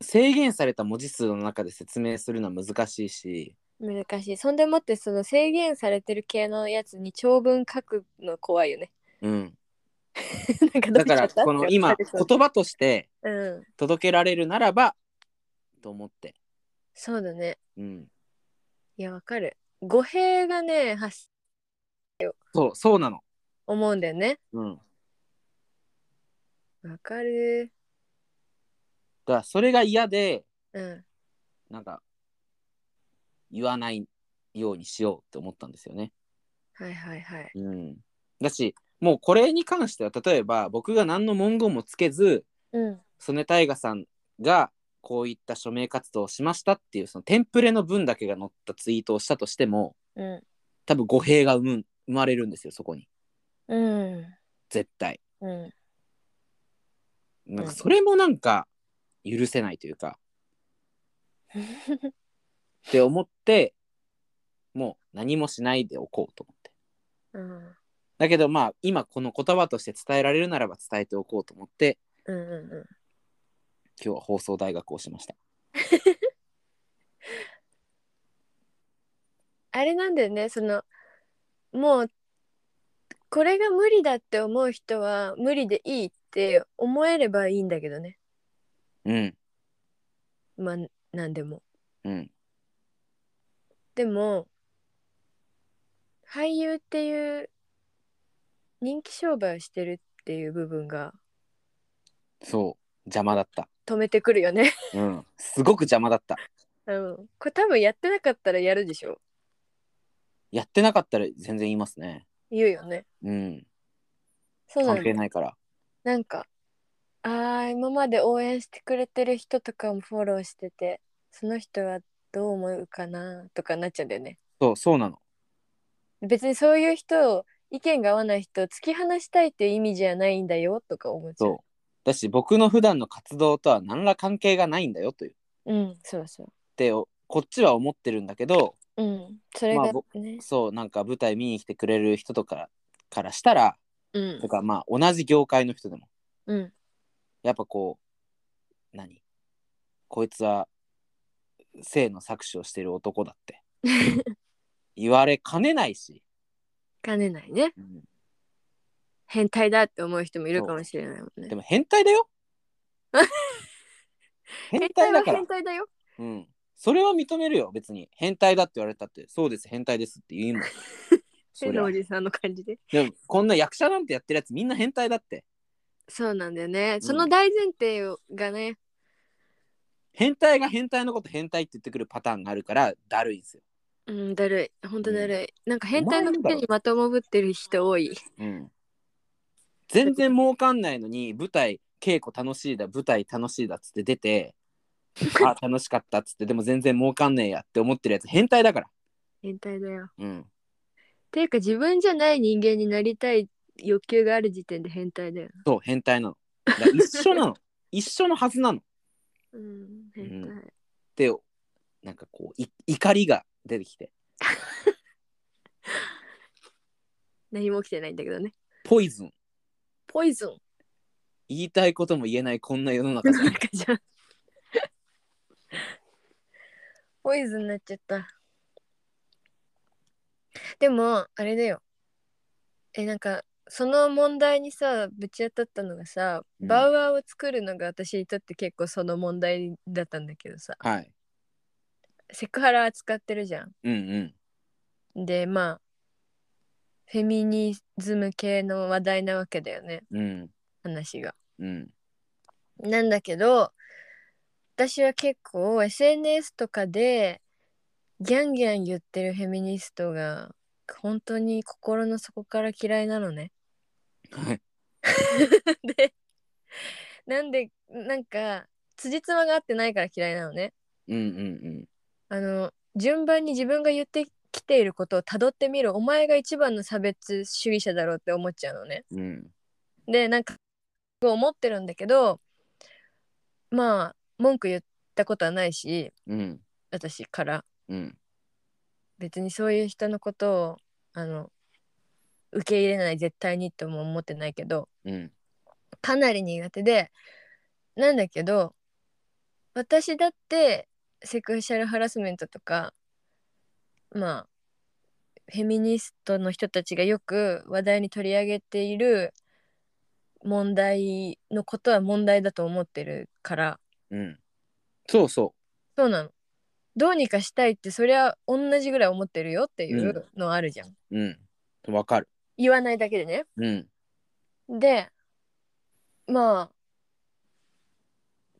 制限された文字数の中で説明するのは難しいし、
難しいそんでもってその制限されてる系のやつに長文書くの怖いよね
うん、
なんかどうし
だ
ち
か
ゃ
ら
った
この今
って思っ
言葉として
たりするうん
届けられるならばと思って、
そうだね
うん、
いやわかる語弊がねはし
そうそうなの。
思うんだよね
うん
わかる
だからそれが嫌で
うん
なんか言わないようにしようって思ったんですよね。
はいはいはい
うん、だしもうこれに関しては例えば僕が何の文言もつけず
うん
曽根大河さんがこういった署名活動をしましたっていうそのテンプレの文だけが載ったツイートをしたとしても
う
多分語弊が生む生まれるんですよそこに
んうん
絶対。
うん
なんか
うん
それもなんか許せないという かって思ってもう何もしないでおこうと思って。
うん
だけどまあ今この言葉として伝えられるならば伝えておこうと思って
うんう
今日は放送大学をしました。
ん、あれなんだよねそのもうこれが無理だって思う人は無理でいいって思えればいいんだけどね
うん
まあ何でも
うん
でも俳優っていう人気商売をしてるっていう部分が
そう邪魔だった。
止めてくるよね、
うんすごく邪魔だった。
うん、これ多分やってなかったらやるでしょ
やってなかったら全然言いますね。
言うよね
うん
そうなん
関
だ
係ないから。
なんかあー今まで応援してくれてる人とかもフォローしててその人はどう思うかなとかなっちゃうんだよね
そうそうなの。
別にそういう人を意見が合わない人を突き放したいっていう意味じゃないんだよとか思っちゃう
そうだし僕の普段の活動とは何ら関係がないんだよというっ
うんそうそう
ておこっちは思ってるんだけど
うんそれが
ま
ね
あ、そうなんか舞台見に来てくれる人とかからしたら
うん
とかまあ同じ業界の人でも
うん
やっぱこう何こいつは性の搾取をしてる男だって言われかねないし、
兼ねないね変態だって思う人もいるかもしれないもん
で
ね
も変態だよ変態だか
は
ら
変、態だよ
うん、それは認めるよ、別に。変態だって言われたって、そうです、変態ですって言う もん。そ
変
りゃ
なおじさんの感じで。
でも、こんな役者なんてやってるやつみんな変態だって。
そうなんだよね。その大前提がね、
変態が変態のこと変態って言ってくるパターンがあるから、だるいんですよ。
うん、だるい。ほんとだるい。なんか変態のくせにまともぶってる人多い。
うん。全然儲かんないのに、舞台、稽古楽しいだ、舞台楽しいだっつって出 て、あ、楽しかったっつって、でも全然儲かんねえやって思ってるやつ、変態だから。
変態だよ。
うん。
ていうか自分じゃない人間になりたい欲求がある時点で変態だよ。
そう、変態なの。だから一緒 なの。一緒のはずなの。っ
うん、変態。
うて、なんかこう、い怒りが出てきて、
何も起きてないんだけどね。
ポイズン。
ポイズン。
言いたいことも言えないこんな世の中
な
じゃ
ん かじゃん。 ポイズンになっちゃった。でも、あれだよ。え、なんか、その問題にさ、ぶち当たったのがさ、
うん
バウアーを作るのが私にとって結構その問題だったんだけどさ、
はい。
セクハラ扱ってるじゃん。
うんうん。
で、まあ、フェミニズム系の話題なわけだよね、
うん
話が。
うん
なんだけど私は結構 SNS とかでギャンギャン言ってるフェミニストが本当に心の底から嫌いなのね。
はい
でなんでなんか辻褄が合ってないから嫌いなのね。
うんうん
あの順番に自分が言ってきていることをたどってみるお前が一番の差別主義者だろうって思っちゃうのね。
うんうん
でなんか思ってるんだけどまあ文句言ったことはないし
うん
私から
うん
別にそういう人のことをあの受け入れない絶対にとも思ってないけど
うん
かなり苦手でなんだけど私だってセクシャルハラスメントとかまあフェミニストの人たちがよく話題に取り上げている問題のことは問題だと思ってるから
うんそうそ
そうなのどうにかしたいってそりゃ同じぐらい思ってるよっていうのはあるじゃん、
ううんわかる
言わないだけでね
うん
でまあ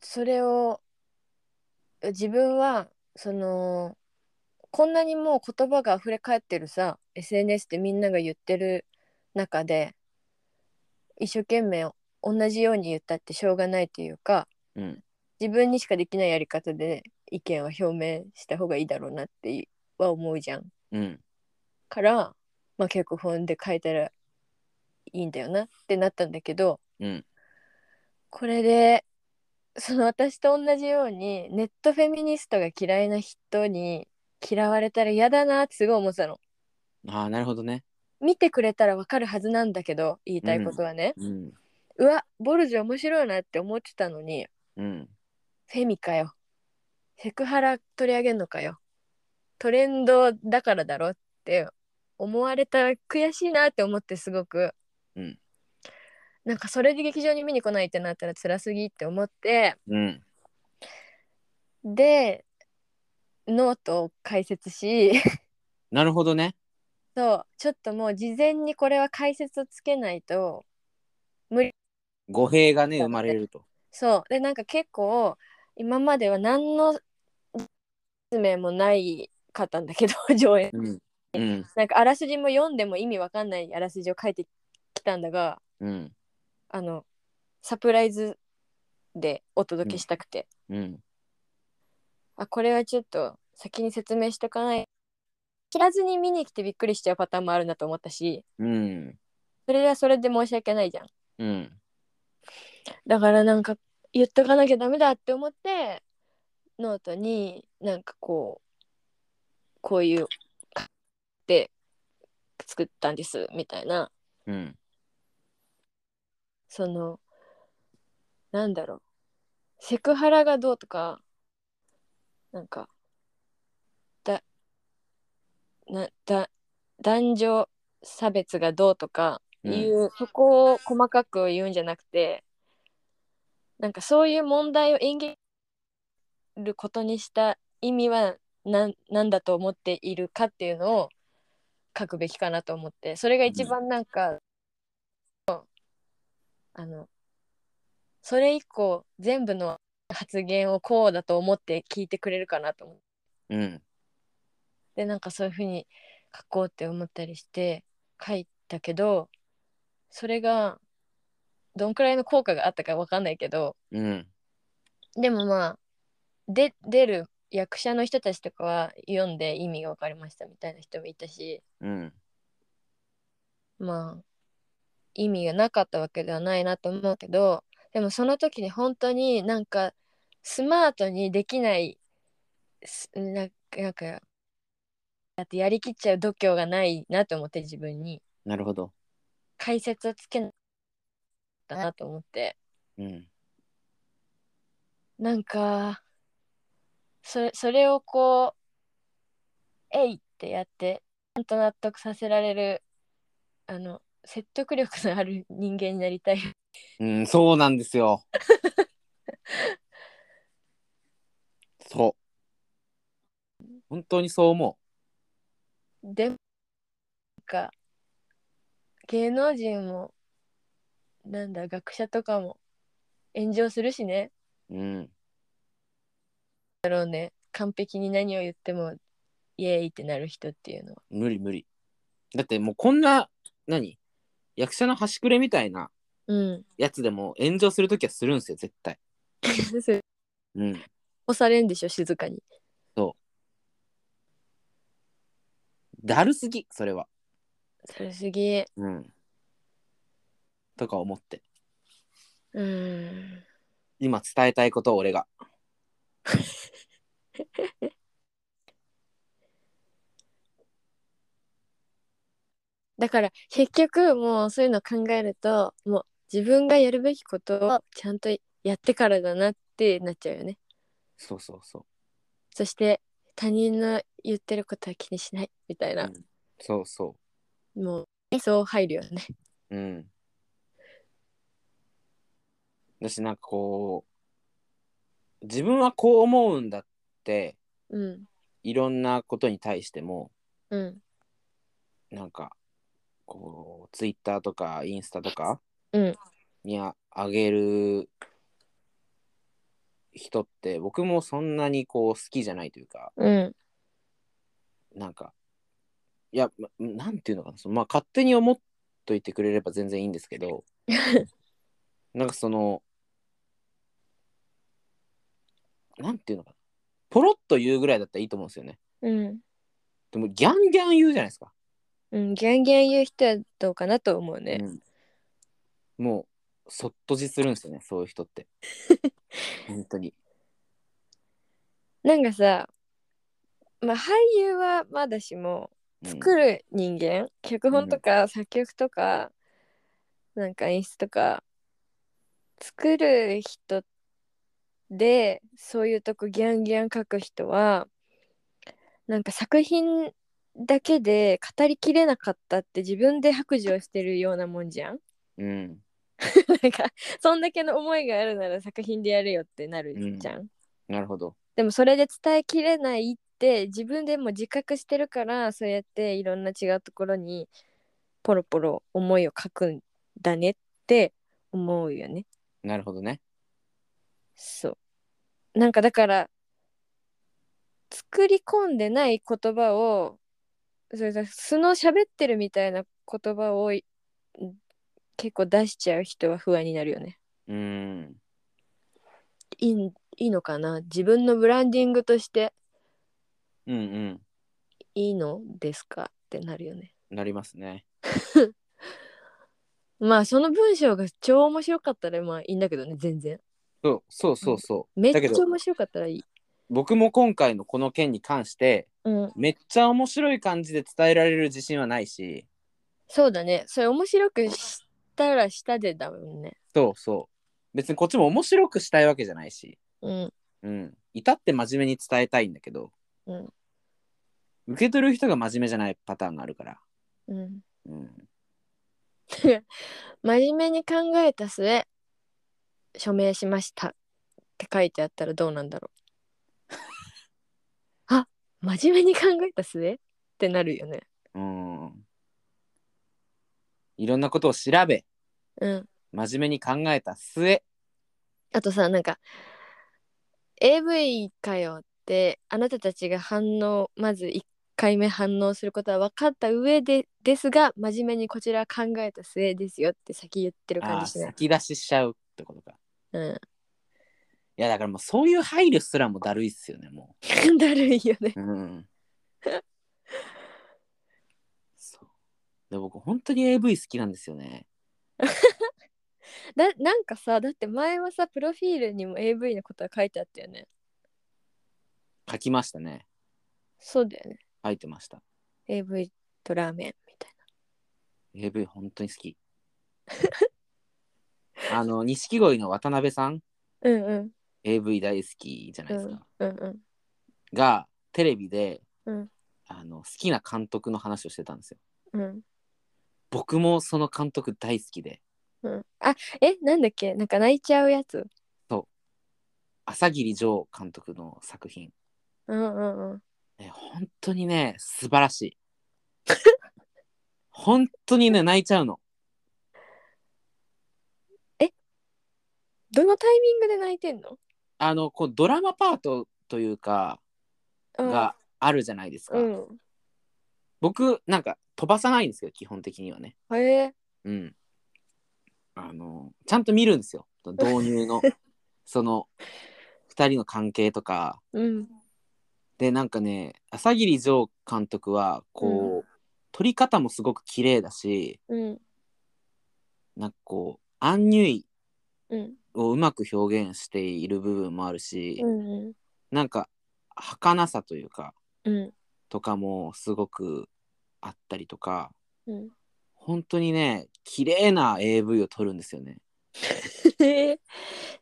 それを自分はそのこんなにもう言葉が溢れ返ってるさ SNS でみんなが言ってる中で一生懸命同じように言ったってしょうがないというか
うん
自分にしかできないやり方で意見を表明した方がいいだろうなっては思うじゃん。
うん
から、まあ、脚本で書いたらいいんだよなってなったんだけど
うん
これでその私と同じようにネットフェミニストが嫌いな人に嫌われたら嫌だなってすごい思ってたの。
ああなるほどね
見てくれたらわかるはずなんだけど言いたいことはね、
うん
うわボルジュ面白いなって思ってたのに
うん
フェミかよセクハラ取り上げんのかよトレンドだからだろって思われたら悔しいなって思ってすごく、
うん
なんかそれで劇場に見に来ないってなったら辛すぎって思って
うん
でノートを解説し
なるほどね
そうちょっともう事前にこれは解説をつけないと
語弊がね生まれると
そうでなんか結構今までは何の説明もないかったんだけど 上演
うんうん
なんかあらすじも読んでも意味わかんないあらすじを書いてきたんだが
うん
あのサプライズでお届けしたくて、
うん
あこれはちょっと先に説明しとかない知らずに見に来てびっくりしちゃうパターンもあるなと思ったし
うん
それはそれで申し訳ないじゃん
うん
だからなんか言っとかなきゃダメだって思ってノートになんかこうこういうで作ったんですみたいな
うん
そのなんだろうセクハラがどうとかなんかだなだ男女差別がどうとかいう、そこを細かく言うんじゃなくてなんかそういう問題を演じることにした意味は何何だと思っているかっていうのを書くべきかなと思ってそれが一番なんか、あのそれ以降全部の発言をこうだと思って聞いてくれるかなと思って
うん。
でなんかそういうふうに書こうって思ったりして書いたけどそれがどんくらいの効果があったかわかんないけど
うん。
でもまあで出る役者の人たちとかは読んで意味が分かりましたみたいな人もいたし
うん。
まあ意味がなかったわけではないなと思うけどでもその時に本当になんかスマートにできないすなんかなんかだってやりきっちゃう度胸がないなと思って自分に
なるほど。
解説をつけなかったなと思って
うん。
なんかそれそれをこう「えい!」ってやってちゃんと納得させられるあの説得力のある人間になりたい
うん、そうなんですよ。 そう。本当にそう思
でもなんか芸能人もなんだ学者とかも炎上するしね
う。うん。
だろうね完璧に何を言ってもイエーイってなる人っていうのは
無理無理。だってもうこんな、何役者の端くれみたいな
うん
やつでも炎上するときはするんですよ、絶対。
それ
うん。
押されんでしょ静かに
だるすぎ、それは。
それすぎ
うん。とか思って。
うん
今伝えたいことを俺が。
だから結局もうそういうの考えるともう自分がやるべきことをちゃんとやってからだなってなっちゃうよね
そうそうそう。
そして他人の言ってることは気にしないみたいな、
そうそ
もうそう入るよね
う。うん。だし、なんかこう、自分はこう思うんだって、
うん
いろんなことに対しても、
うん
なんか、こう、ツイッターとかインスタとか
うん
にああげる人って、僕もそんなにこう好きじゃないというか、
うん
なんか、いや、まなんていうのかな、そのまあ、勝手に思っといてくれれば全然いいんです けど、なんかその、なんていうのかな、ポロッと言うぐらいだったらいいと思うんですよね。
うん
でも、ギャンギャン言うじゃないですか。
うんギャンギャン言う人はどうかなと思うね、
うんもう、そっとじするんですよね、そういう 人って。本当に。
なんかさまあ俳優はまだしも
うん
作る人間、脚本とか作曲とか、なんか演出とか作る人でそういうとこギャンギャン書く人はなんか作品だけで語りきれなかったって自分で白状してるようなもんじゃん
うん。
なんかそんだけの思いがあるなら作品でやるよってなるじゃん、
なるほど。
でもそれで伝えきれないって自分でも自覚してるからそうやっていろんな違うところにポロポロ思いを書くんだねって思うよね。
なるほどね。
そう。なんかだから作り込んでない言葉をそれだ素の喋ってるみたいな言葉をい結構出しちゃう人は不安になるよね。
うん。
いいいいのかな自分のブランディングとして
うんうん。
いいのですかってなるよね。
なりますね。
まあその文章が超面白かったらまあいいんだけどね全然
そうそうそうそう。
めっ
だけ
ち
ど
ゃ面白かったらいい
僕も今回のこの件に関して
うん
めっちゃ面白い感じで伝えられる自信はないし
そうだねそれ面白くしたらしたでだもんね
そうそう別にこっちも面白くしたいわけじゃないし
うん
うん至って真面目に伝えたいんだけど、
うん
受け取る人が真面目じゃないパターンがあるから、
うん
うん、
真面目に考えた末 署名しましたって書いてあったらどうなんだろ真面目に考えた末ってなるよね。
うん。いろんなことを調べ、
うん。
真面目に考えた末。
あとさなんか AV かよってあなたたちが反応まず1回目反応することは分かった上でですが真面目にこちらは考えた末ですよって先言ってる
あ
感
あー、
じしない。
先出ししちゃうってことか。
う
いや、だからもうそういう配慮すらもだるいっすよね、も
ん、 だるいよね。
う。うん。そう。で、僕、本当に AV 好きなんですよね。
だなんかさだって前はさプロフィールにも AV のことは書いてあったよね。
書きましたね。
そうだよね。
書いてました。
AV とラーメンみたい
AV 本当に好 き。あの、錦鯉の渡辺さん、
な。うんうん
AV 大好きじゃないですか。
うんうん。
が、テレビで、
うん
あの好きな監督の話をしてたんですよ。
うん
僕もその監督大好きで、
うん、あえなんだっけなんか泣いちゃうやつ
朝霧城監督の作品、
うんうんうん
ね、本当にね、素晴らし い。本当にね、泣いちゃうの。
どのタイミングで泣いてんの
あの、こう、ドラマパートというか、
うん
があるじゃないですか。
うん
僕、なんか、飛ばさないんですけど、基本的にはね。
へえ
うん。あの、ちゃんと見るんですよ。導入 の、その、二人の関係とか。
うん
で、なんかね、朝霧城監督は、こう、撮り方もすごく綺麗だし、
うん
なんかこう、アンニュイ
うん
をうまく表現している部分もあるし、
うん
なんか、儚さというか、
うん
とかもすごくあったりとか、
うん
本当にね、綺麗な AV を撮るんですよね。
へえ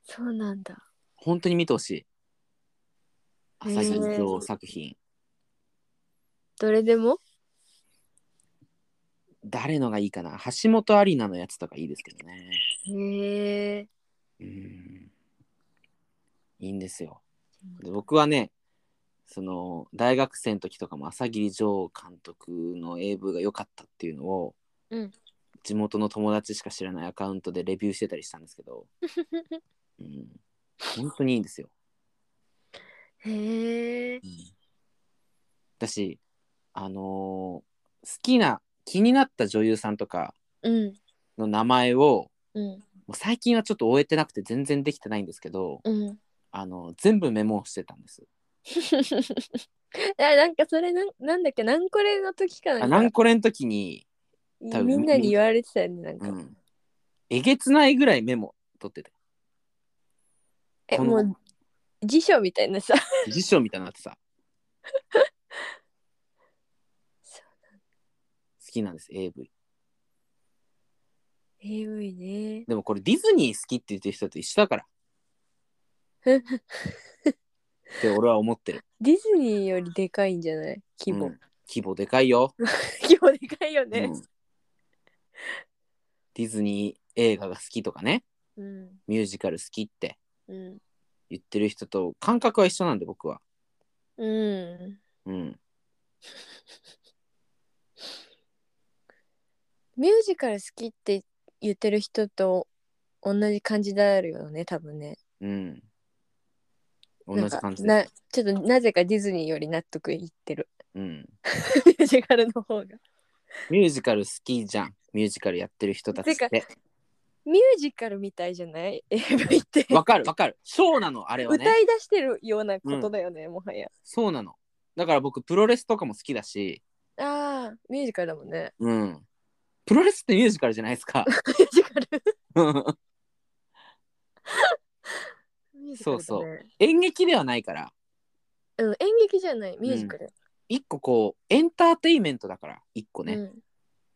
そうなんだ
本当に見てほしい。
へー
朝霧城作品。
どれでも
誰のがいいかな橋本アリナのやつとかいいですけどね。
へえ
うん。いいんですよ。で僕はね、その大学生の時とかも朝霧城監督の AV が良かったっていうのを、
うん
地元の友達しか知らないアカウントでレビューしてたりしたんですけど、うん、本当にいいんですよ。
へえ
だし、あのー好きな気になった女優さんとか
うん
の名前を
うん
もう最近はちょっと終えてなくて全然できてないんですけど
うん
あの全部メモをしてたんです
あなんかそれなんなんだっけなんこれの時か
あ
な
なんん
か
これの時に、多
み
分
んなに言われてたよねなん
う
か、
ん、えげつないぐらいメモ取ってて
え
こ
も
の
う辞書みたいなさ
辞書みたいになってさ
そ
好きなんです AV
AV ね
でもこれディズニー好きって言ってる人と一緒 だからって俺は思ってる
ディズニーよりでかいんじゃない 規模、
うん規模でかいよ、
規模でかいよね
うんディズニー映画が好きとかね
うん
ミュージカル好きって
うん
言ってる人と感覚は一緒なんで僕は
うん
うん
ミュージカル好きって言ってる人と同じ感じだよね多分ね
うん
な
同
ん
じ
か
感じ
な
で
ちょっとなぜかディズニーより納得いってる
うん
ミュージカルの方が
ミュージカル好きじゃんミュージカルやってる人たちって
ミュージカルみたいじゃない AV って
わかるわかるそうなのあれは
歌
ね
い出してるようなことだよね、もはや
そうなのだから僕プロレスとかも好きだし
あーミュージカルだもんね
うんプロレスってミュージカルじゃないです か
ミュージカルミュージカルだね
そうそ演劇ではないから
うん、演劇じゃないミュージカル、
一個こうエンターテインメントだから一個
う
ね
ん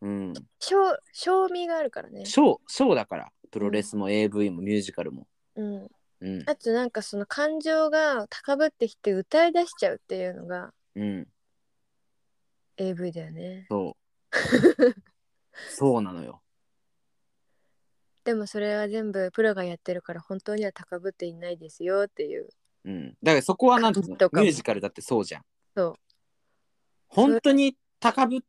うん
賞賞味があるからね。
ショーショーだからプロレスも AV もミュージカルも
うん、
うん
あとなんかその感情が高ぶってきて歌い出しちゃうっていうのが
うん
AV だよね。
そう そうなのよ
でもそれは全部プロがやってるから本当には高ぶっていないですよっていう。
うん、だからそこはなんていうの
とかも
ミュージカルだってそうじゃん。
そう
本当に高ぶっ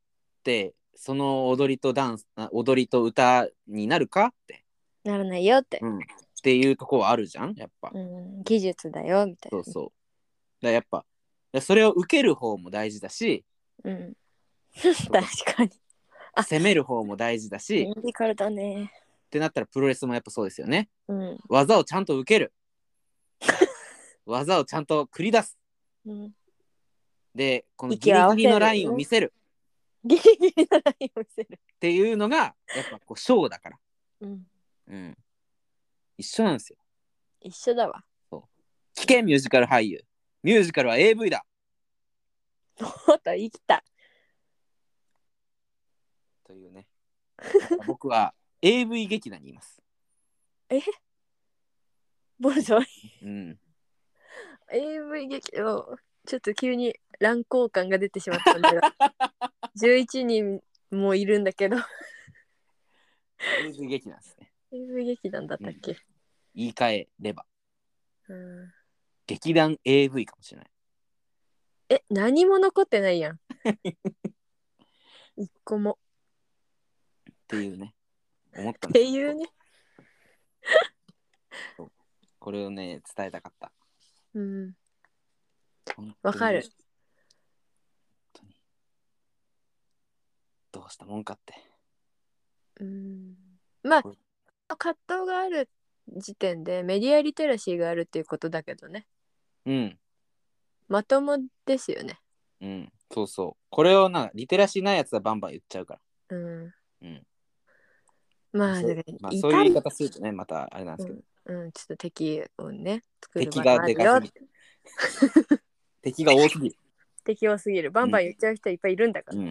てその踊りとダンスあ踊りと歌になるかって、
ならないよって
う、ん、っていうとこはあるじゃんやっぱ、
うん、技術だよみたい
そ
な
うそうだからやっぱだからそれを受ける方も大事だし
うん 確かにあ
攻める方も大事だし、
ミ
っ
ュージカルだね
てなったらプロレスもやっぱそうですよね
うん、
技をちゃんと受け る技をちゃんと繰り出す
うん、
でこのギ
息
リ
を合わ
ギ
せる
リのラインを見せる
ギリギリのラインを見せる、
っていうのがやっぱこうショーだから、
うん、
うん、一緒なんですよ
一緒だわ
危険ミュージカル俳優ミュージカルは AV だ
もっと生きた
とい うね僕は AV 劇団にいます、
ボルジョイ
うん
AV 劇をちょっと急に乱交感が出てしまったんだ が11人もいるんだけど
AV 劇団ですね
AV 劇団だったっけ、
言い換えれば
うん、
劇団 AV かもしれない
え何も残ってないや ん一個も
っていうね思った
っ
んです
ていうね
これをね伝えたかった
うん
本当に
わかる
本当にどうしたもんかって
うんまあ
これ
葛藤がある時点でメディアリテラシーがあるっていうことだけどね
うん
まともですよね
うんそうそうこれをなリテラシーないやつはバンバン言っちゃうから
うん、
うん
まあ
そう
だから
まあ、
い
そういう
た
言
り
い方するとねまたあれなんですけど、
うん、ちょっと敵をね作る
敵
場合
が
もあ
で
る
か
よ
すぎる 敵が多すぎる、
適応すぎるバンバン言っちゃう人いっぱいいるんだか
う
ら、
ん、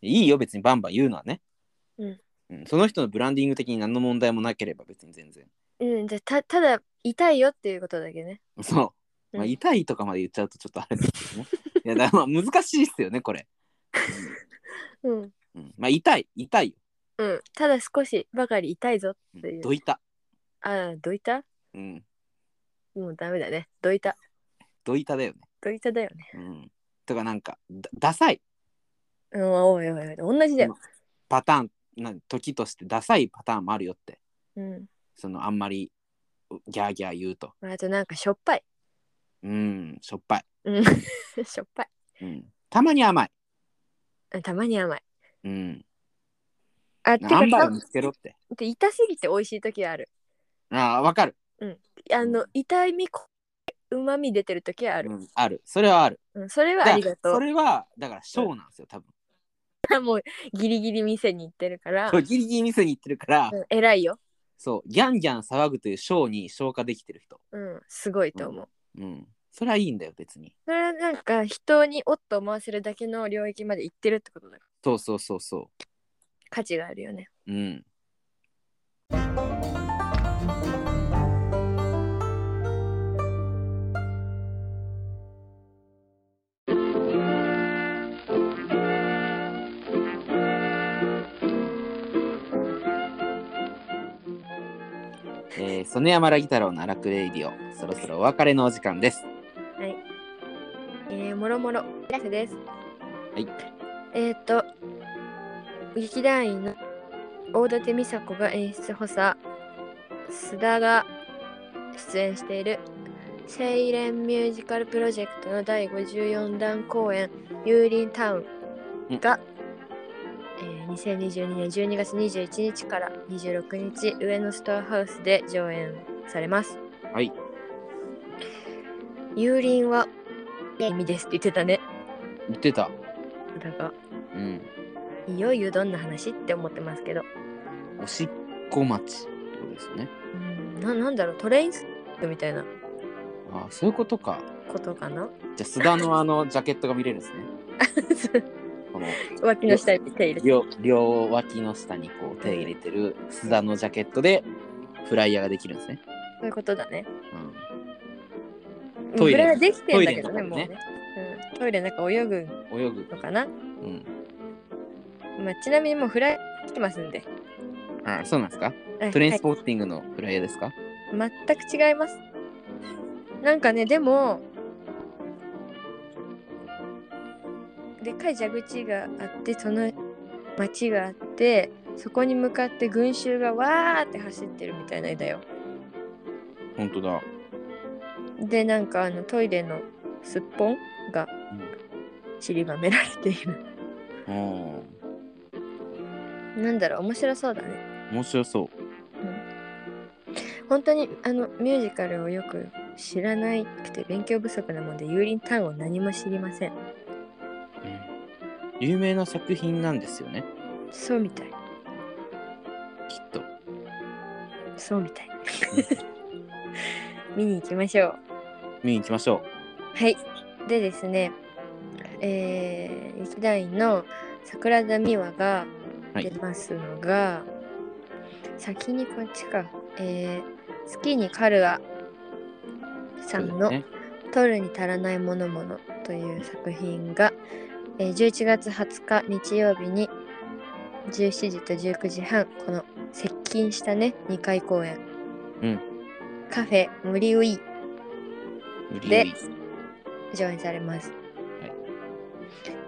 いいよ別にバンバン言うのはね、
うん
うん、その人のブランディング的に何の問題もなければ別に全然
うんじゃあたただ痛いよっていうことだけね
そう、まあ、
うん
痛いとかまで言っちゃうとちょっとあれですけどね いやだからまあ難しいっすよねこれ、
うん、
うんうんまあ痛い痛いよ
うん、ただ少しばかり痛いぞっていう
どいた、
ああどいた
うん、
もうダメだねどいた
どいただよね、
どいただよね
うん、とかなんかだダサい
うんおいおいおい同じだよ、
パターンな時としてダサいパターンもあるよって
うん
そのあんまりうギャーギャー言うと
あとなんかしょっぱい
うんしょっぱい、
うん しょっぱい
うん、たまに甘い、
うんたまに甘い
うん、
あって
アンバ
か
ーを見つけろって
で痛すぎて美味しい時はある
ああわかる
あの、
うん
痛みこうまみ出てる時はあ
あ
る、
うん、あるそれはある
うん、それは
だ
あ
か
りが
ら
と
そうれはだからショーなんですよ多分
もうギリギリ店に行ってるから、
そうギリギリ店に行ってるから、
うん、偉いよ
そうギャンギャン騒ぐというショーに消化できてる人
うん、すごいと思う。
うんそれはいいんだよ別に
それはなんか人におっと思わせるだけの領域まで行ってるってことだから
そうそうそうそ
価値があるよね。
ううんえー、曽根山らぎ太郎の荒くれレディオそろそろお別れのお時間です
えー、もろもろお知らせです。
はい。
えっ、ー、と劇団員の大館美佐子が演出補佐須田が出演している「セイレンミュージカルプロジェクト」の第54弾公演「ユーリンタウンが」えー2022年12月21日から26日上野ストアハウスで上演されます。
はい
ユーリンは意味ですって言ってたね。
言ってた
だが
うん
いよいよどんな話って思ってますけど、
おしっこ待ちってことですよね
うん、ななんだろうトレインスックみたいな
ああそういうことか
ことかな
じゃあ須田のあのジャケットが見れる んですねこの
脇の下に手入れて
両両脇の下にこう手入れてる須田のジャケットでフライヤーができるんですね。
そういうことだね
うん、ト
ト
イ
イ
レ
レはできてんだけどね
トイレの中でね
もうね、うん、トイレなんか泳ぐ
泳ぐ。
のかな、
うん、
まあ、ちなみにもうフライ来てますんで
あそうなんですか
はい
トレインスポーティングのフライヤーですか、
はい全く違いますなんかねでもでかい蛇口があってその町があってそこに向かって群衆がわーって走ってるみたいな絵だよ。
本当だ。
でなんかあのトイレのすっぽんが散りばめられている。
うん。
なんだろう面白そうだね。
面白そう。
本当にあのミュージカルをよく知らなくて勉強不足なもんで油林単語何も知りません。
うん有名な作品なんですよね。
そうみたい。
きっと。
そうみたい。 見に行きましょう。
見に行きましょ
はい。でですね、えー、劇団員の桜田美和が
はい
出ますのが、先にこっちか、えー、月にカルア
う。
さん
そう
の
ですね
「取るに足らないものもの」という作品が、えー11月20日日曜日に17時と19時半この接近したね2回公演、
うん
カフェ無理ウイ
無理
で
やり
上演されます。
はい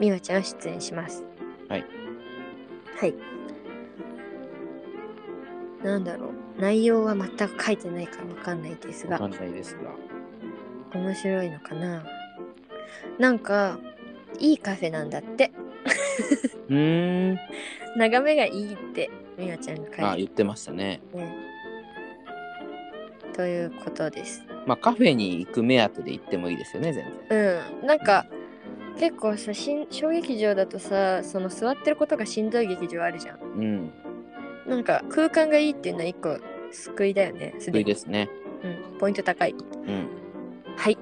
美和ちゃんは出演します。
はい。
はい。なんだろう内容は全く書いてないからわかんないです
わ
が
かんないですが。
面白いのかななんかいいカフェなんだって
うーん。
眺めがいいって美和ちゃんが書
あ、
いて
言ってましたね。
るね。ということです。
まあ、カフェに行く目当てで行ってもいいですよね、全然。
うん、なんか結構さ新小劇場だとさその座ってることがしんどい劇場あるじゃん。
うん。
なんか空間がいいっていうのは一個救いだよね。す。
いいですすね。
うん、ポイント高い。
うん。
はい。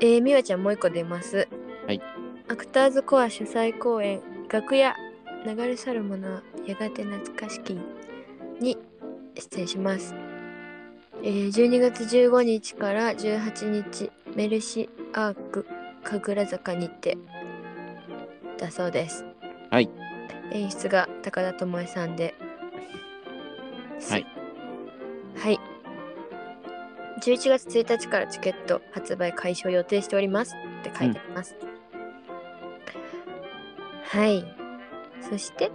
えー、みわちゃんもう一個出ます。
はい。
アクターズコア主催公演楽屋流れ去るものはやがて懐かしきに出演します。えー、12月15日から18日メルシアーク神楽坂にてだそうです。
はい。
演出が高田智恵さんで。
はい。
はい。11月1日からチケット発売開始を予定しておりますって書いてあります。はい。そして、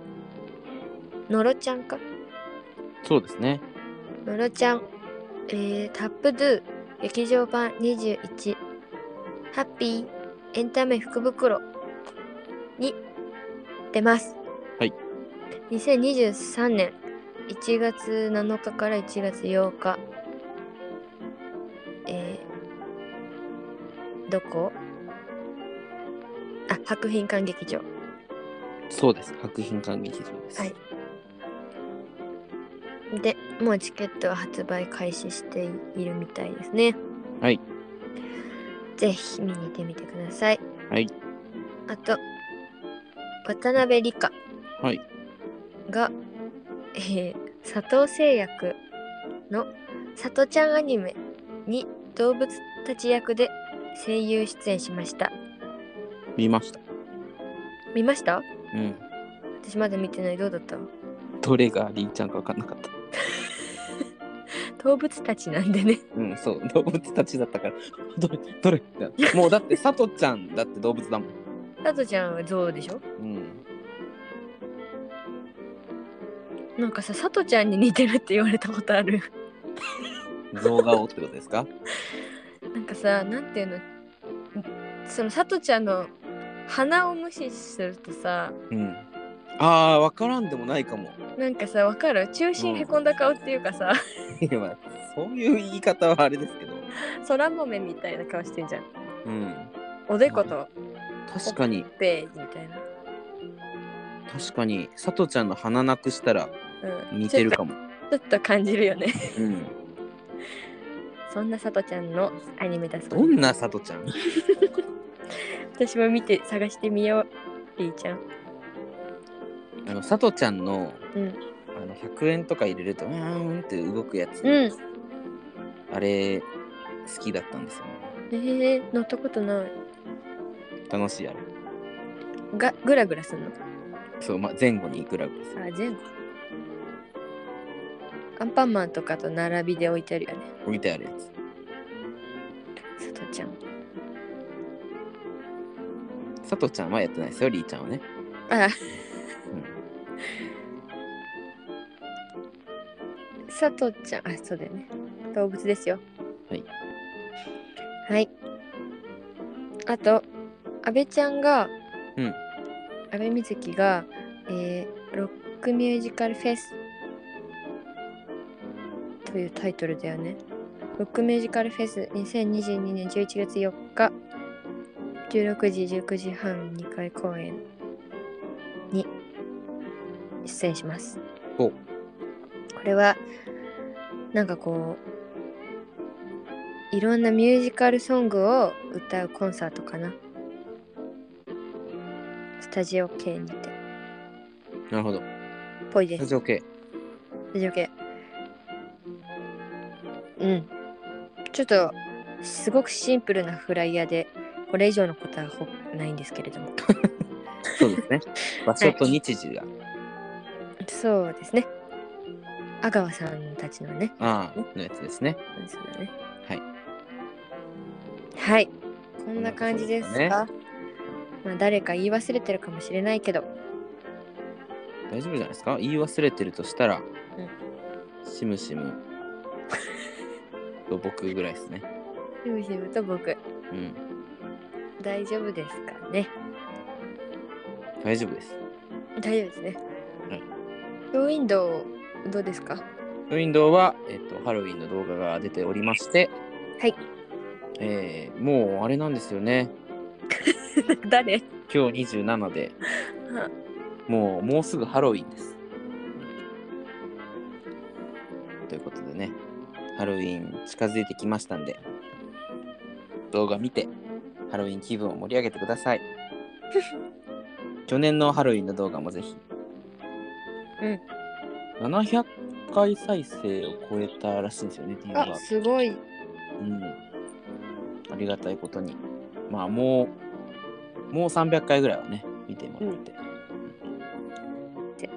のろちゃんか。
そうですね。
のろちゃん、えー、タップドゥ劇場版21ハッピーエンタメ福袋に出ます。
はい。
2023年1月7日から1月8日、えー、どこあ、博品館劇場。
そうです。博品館劇場です。
はいでもうチケットは発売開始しているみたいですね
はい
ぜひ見に行ってみてください
はい
あと渡辺理香
はい。
が、えー佐藤製薬の「さとちゃんアニメ」に動物たち役で声優出演しました
見ました。
見ました
うん。
私まだ見てないどうだった
どれがりんちゃんか分かんなかった。
動物たちなんで ね
うん、そう。 動物たちだったから。 どれどれもうだって、さとちゃんだって動物だもん。
さとちゃんは象でしょ
うん。
なんかささとちゃんに似てるって言われたことある
象顔ってことですか
なんかさなんていうのそのさとちゃんの鼻を無視するとさ
うん。ああ、分からんでもないかも。
なんかさわかる中心へこんだ顔っていうかさ、
いやまあそういう言い方はあれですけど。
空豆みたいな顔してんじゃん
うん。
おでこと
確かに、
ベーみたいな、
確かに、さとちゃんの鼻なくしたら
うん、
似てるかも。
ちょっとちょっと感じるよね
うん。
そんなさとちゃんのアニメだそう
どんなさとちゃん
私も見て探してみようりーちゃん
あの、さとちゃんの、
うん
あの、100円とか入れると、うーんって動くやつ。
うん
あれ、好きだったんですよね。
えー、乗ったことない
楽しいあれ。
がグラグラすんの
そう、まあ、前後にいくらぐらいです。
あ全部アンパンマンとかと並びで置いてあるよね
置いてあるやつ。
さとちゃん
佐藤ちゃんはやってないですよ、りーちゃんはね。
あ佐藤ちゃん、あ、そうだよね。動物ですよ。
はい。
はい。あと、阿部ちゃんが、
うん。
阿部瑞希が、えーロックミュージカルフェスというタイトルだよね。ロックミュージカルフェス2022年11月4日、16時、19時半、2回公演に出演します。
お
これはなんかこういろんなミュージカルソングを歌うコンサートかなスタジオ系にてっ
なるほど。
ぽいで
ラ
す
ジオ系。
スタジオ系うんちょっとすごくシンプルなフライヤーでこれ以上のことはほないんですけれ ども
そうです ね。場所と日時が。
そうですね阿川さんたちのね
ああ、のやつですね。
そうだね
はい
はいこんな感じですか
こんな
まあ誰か言い忘れてるかもしれないけど
大丈夫じゃないですか言い忘れてるとしたら、
うん
しむしむと僕ぐらいですね。
しぶしぶと僕
うん。
大丈夫ですかね
大丈夫です。
大丈夫ですね
はい
ウィンドウどうですか
ウィンドウは、えっと、ハロウィンの動画が出ておりまして、
はい
えーもうあれなんですよね。
誰
今日27で
は、
もう、もうすぐハロウィンです。ということでね、ハロウィン近づいてきましたんで、動画見て、ハロウィン気分を盛り上げてくだ さい。去年のハロウィンの動画もぜひ。うん。700回再生を超えたらしいんですよね、っていうの
あ
が。
すごい
うん。ありがたいことに。まあもう、もう300回ぐらいはね、見てもらって。
で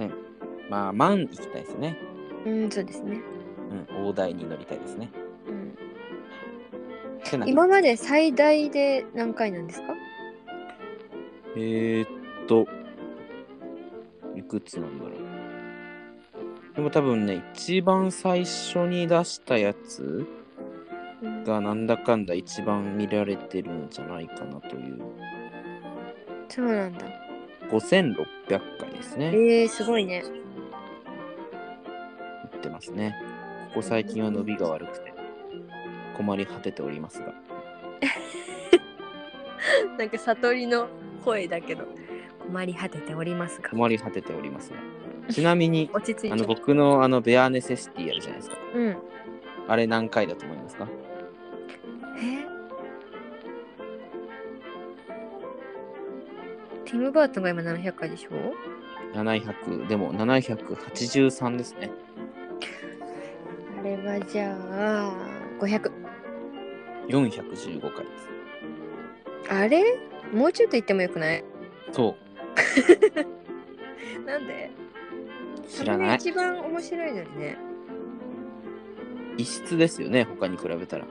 うん。まあ、万行きたいですね。
うんそうですね、
うん。大台に乗りたいですね。
うん、
てな
今まで最大で何回なんですか
えー、っと、いくつなんだろう。でも多分ね、一番最初に出したやつ
うん
がなんだかんだ一番見られてるんじゃないかなという。
そうなんだ
5600回ですね。
えー、すごいね
言ってますね。ここ最近は伸びが悪くて困り果てておりますが。
なんか悟りの声だけど困り果てておりますが
困り果てておりますが。ちな
、
みに
落ち着い
あの
て
僕のあのベアネセシティあるじゃないですか。
うん
あれ何回だと思いますか
えティム・バートンが今700回でしょ
?700、でも783ですね。
あれはじゃあ500
415回です。
あれもうちょっと言ってもよくない
そ
なんで
う、知らない。
それが一番面白いのにね、
異質ですよね、他に比べたら。
う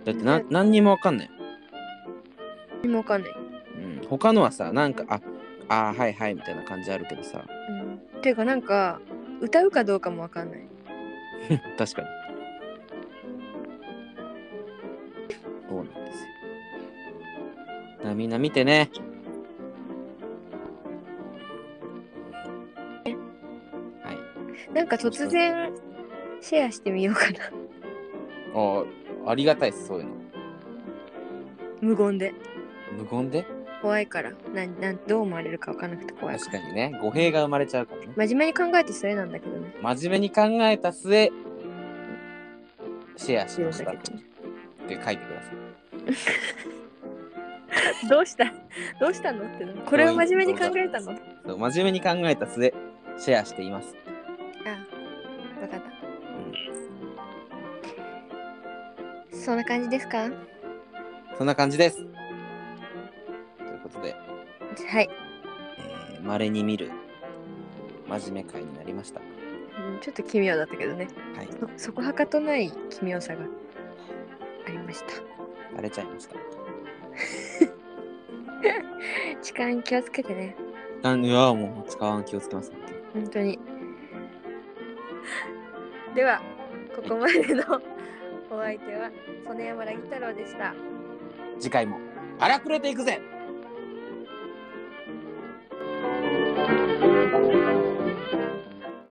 ん、
だってな何にもわかんない。
何もわかんない、
うん、他のはさ、なんか、ああー、はいはいみたいな感じあるけどさ、
うん、ていうかなんか歌うかどうかもわかんない
確かに。そうなんですよ。なみんな見てね。はい。
なんか突然シェアしてみようかな
ああ、ありがたいです、そういうの。
無言で
無言で
怖いからなんなんどう思われるかわかんなくて怖い
確
か
からにね、語弊が生まれちゃうからね。
真面目に考えてそれなんだけどね
真面目に考えた末、シェアし
言う
ま
んだけ
したっ
どね
て書いてください。
どうしたどうしたのってなこれを真面目に考えたの
そう真面目に考えた末、シェアしています。
ああ分かったそんな感じですか
そんな感じです。ということで。
はい
えー、稀に見る真面目会になりました。
うんちょっと奇妙だったけどね
はい、
そそこはかとない奇妙さがありました
荒れちゃいました。
痴漢気をつけてね。
なんではもう、使わん気をつけます。
本当に。では、ここまでのお相手は、曽根山らぎ太郎でした。
次回も、荒くれていくぜ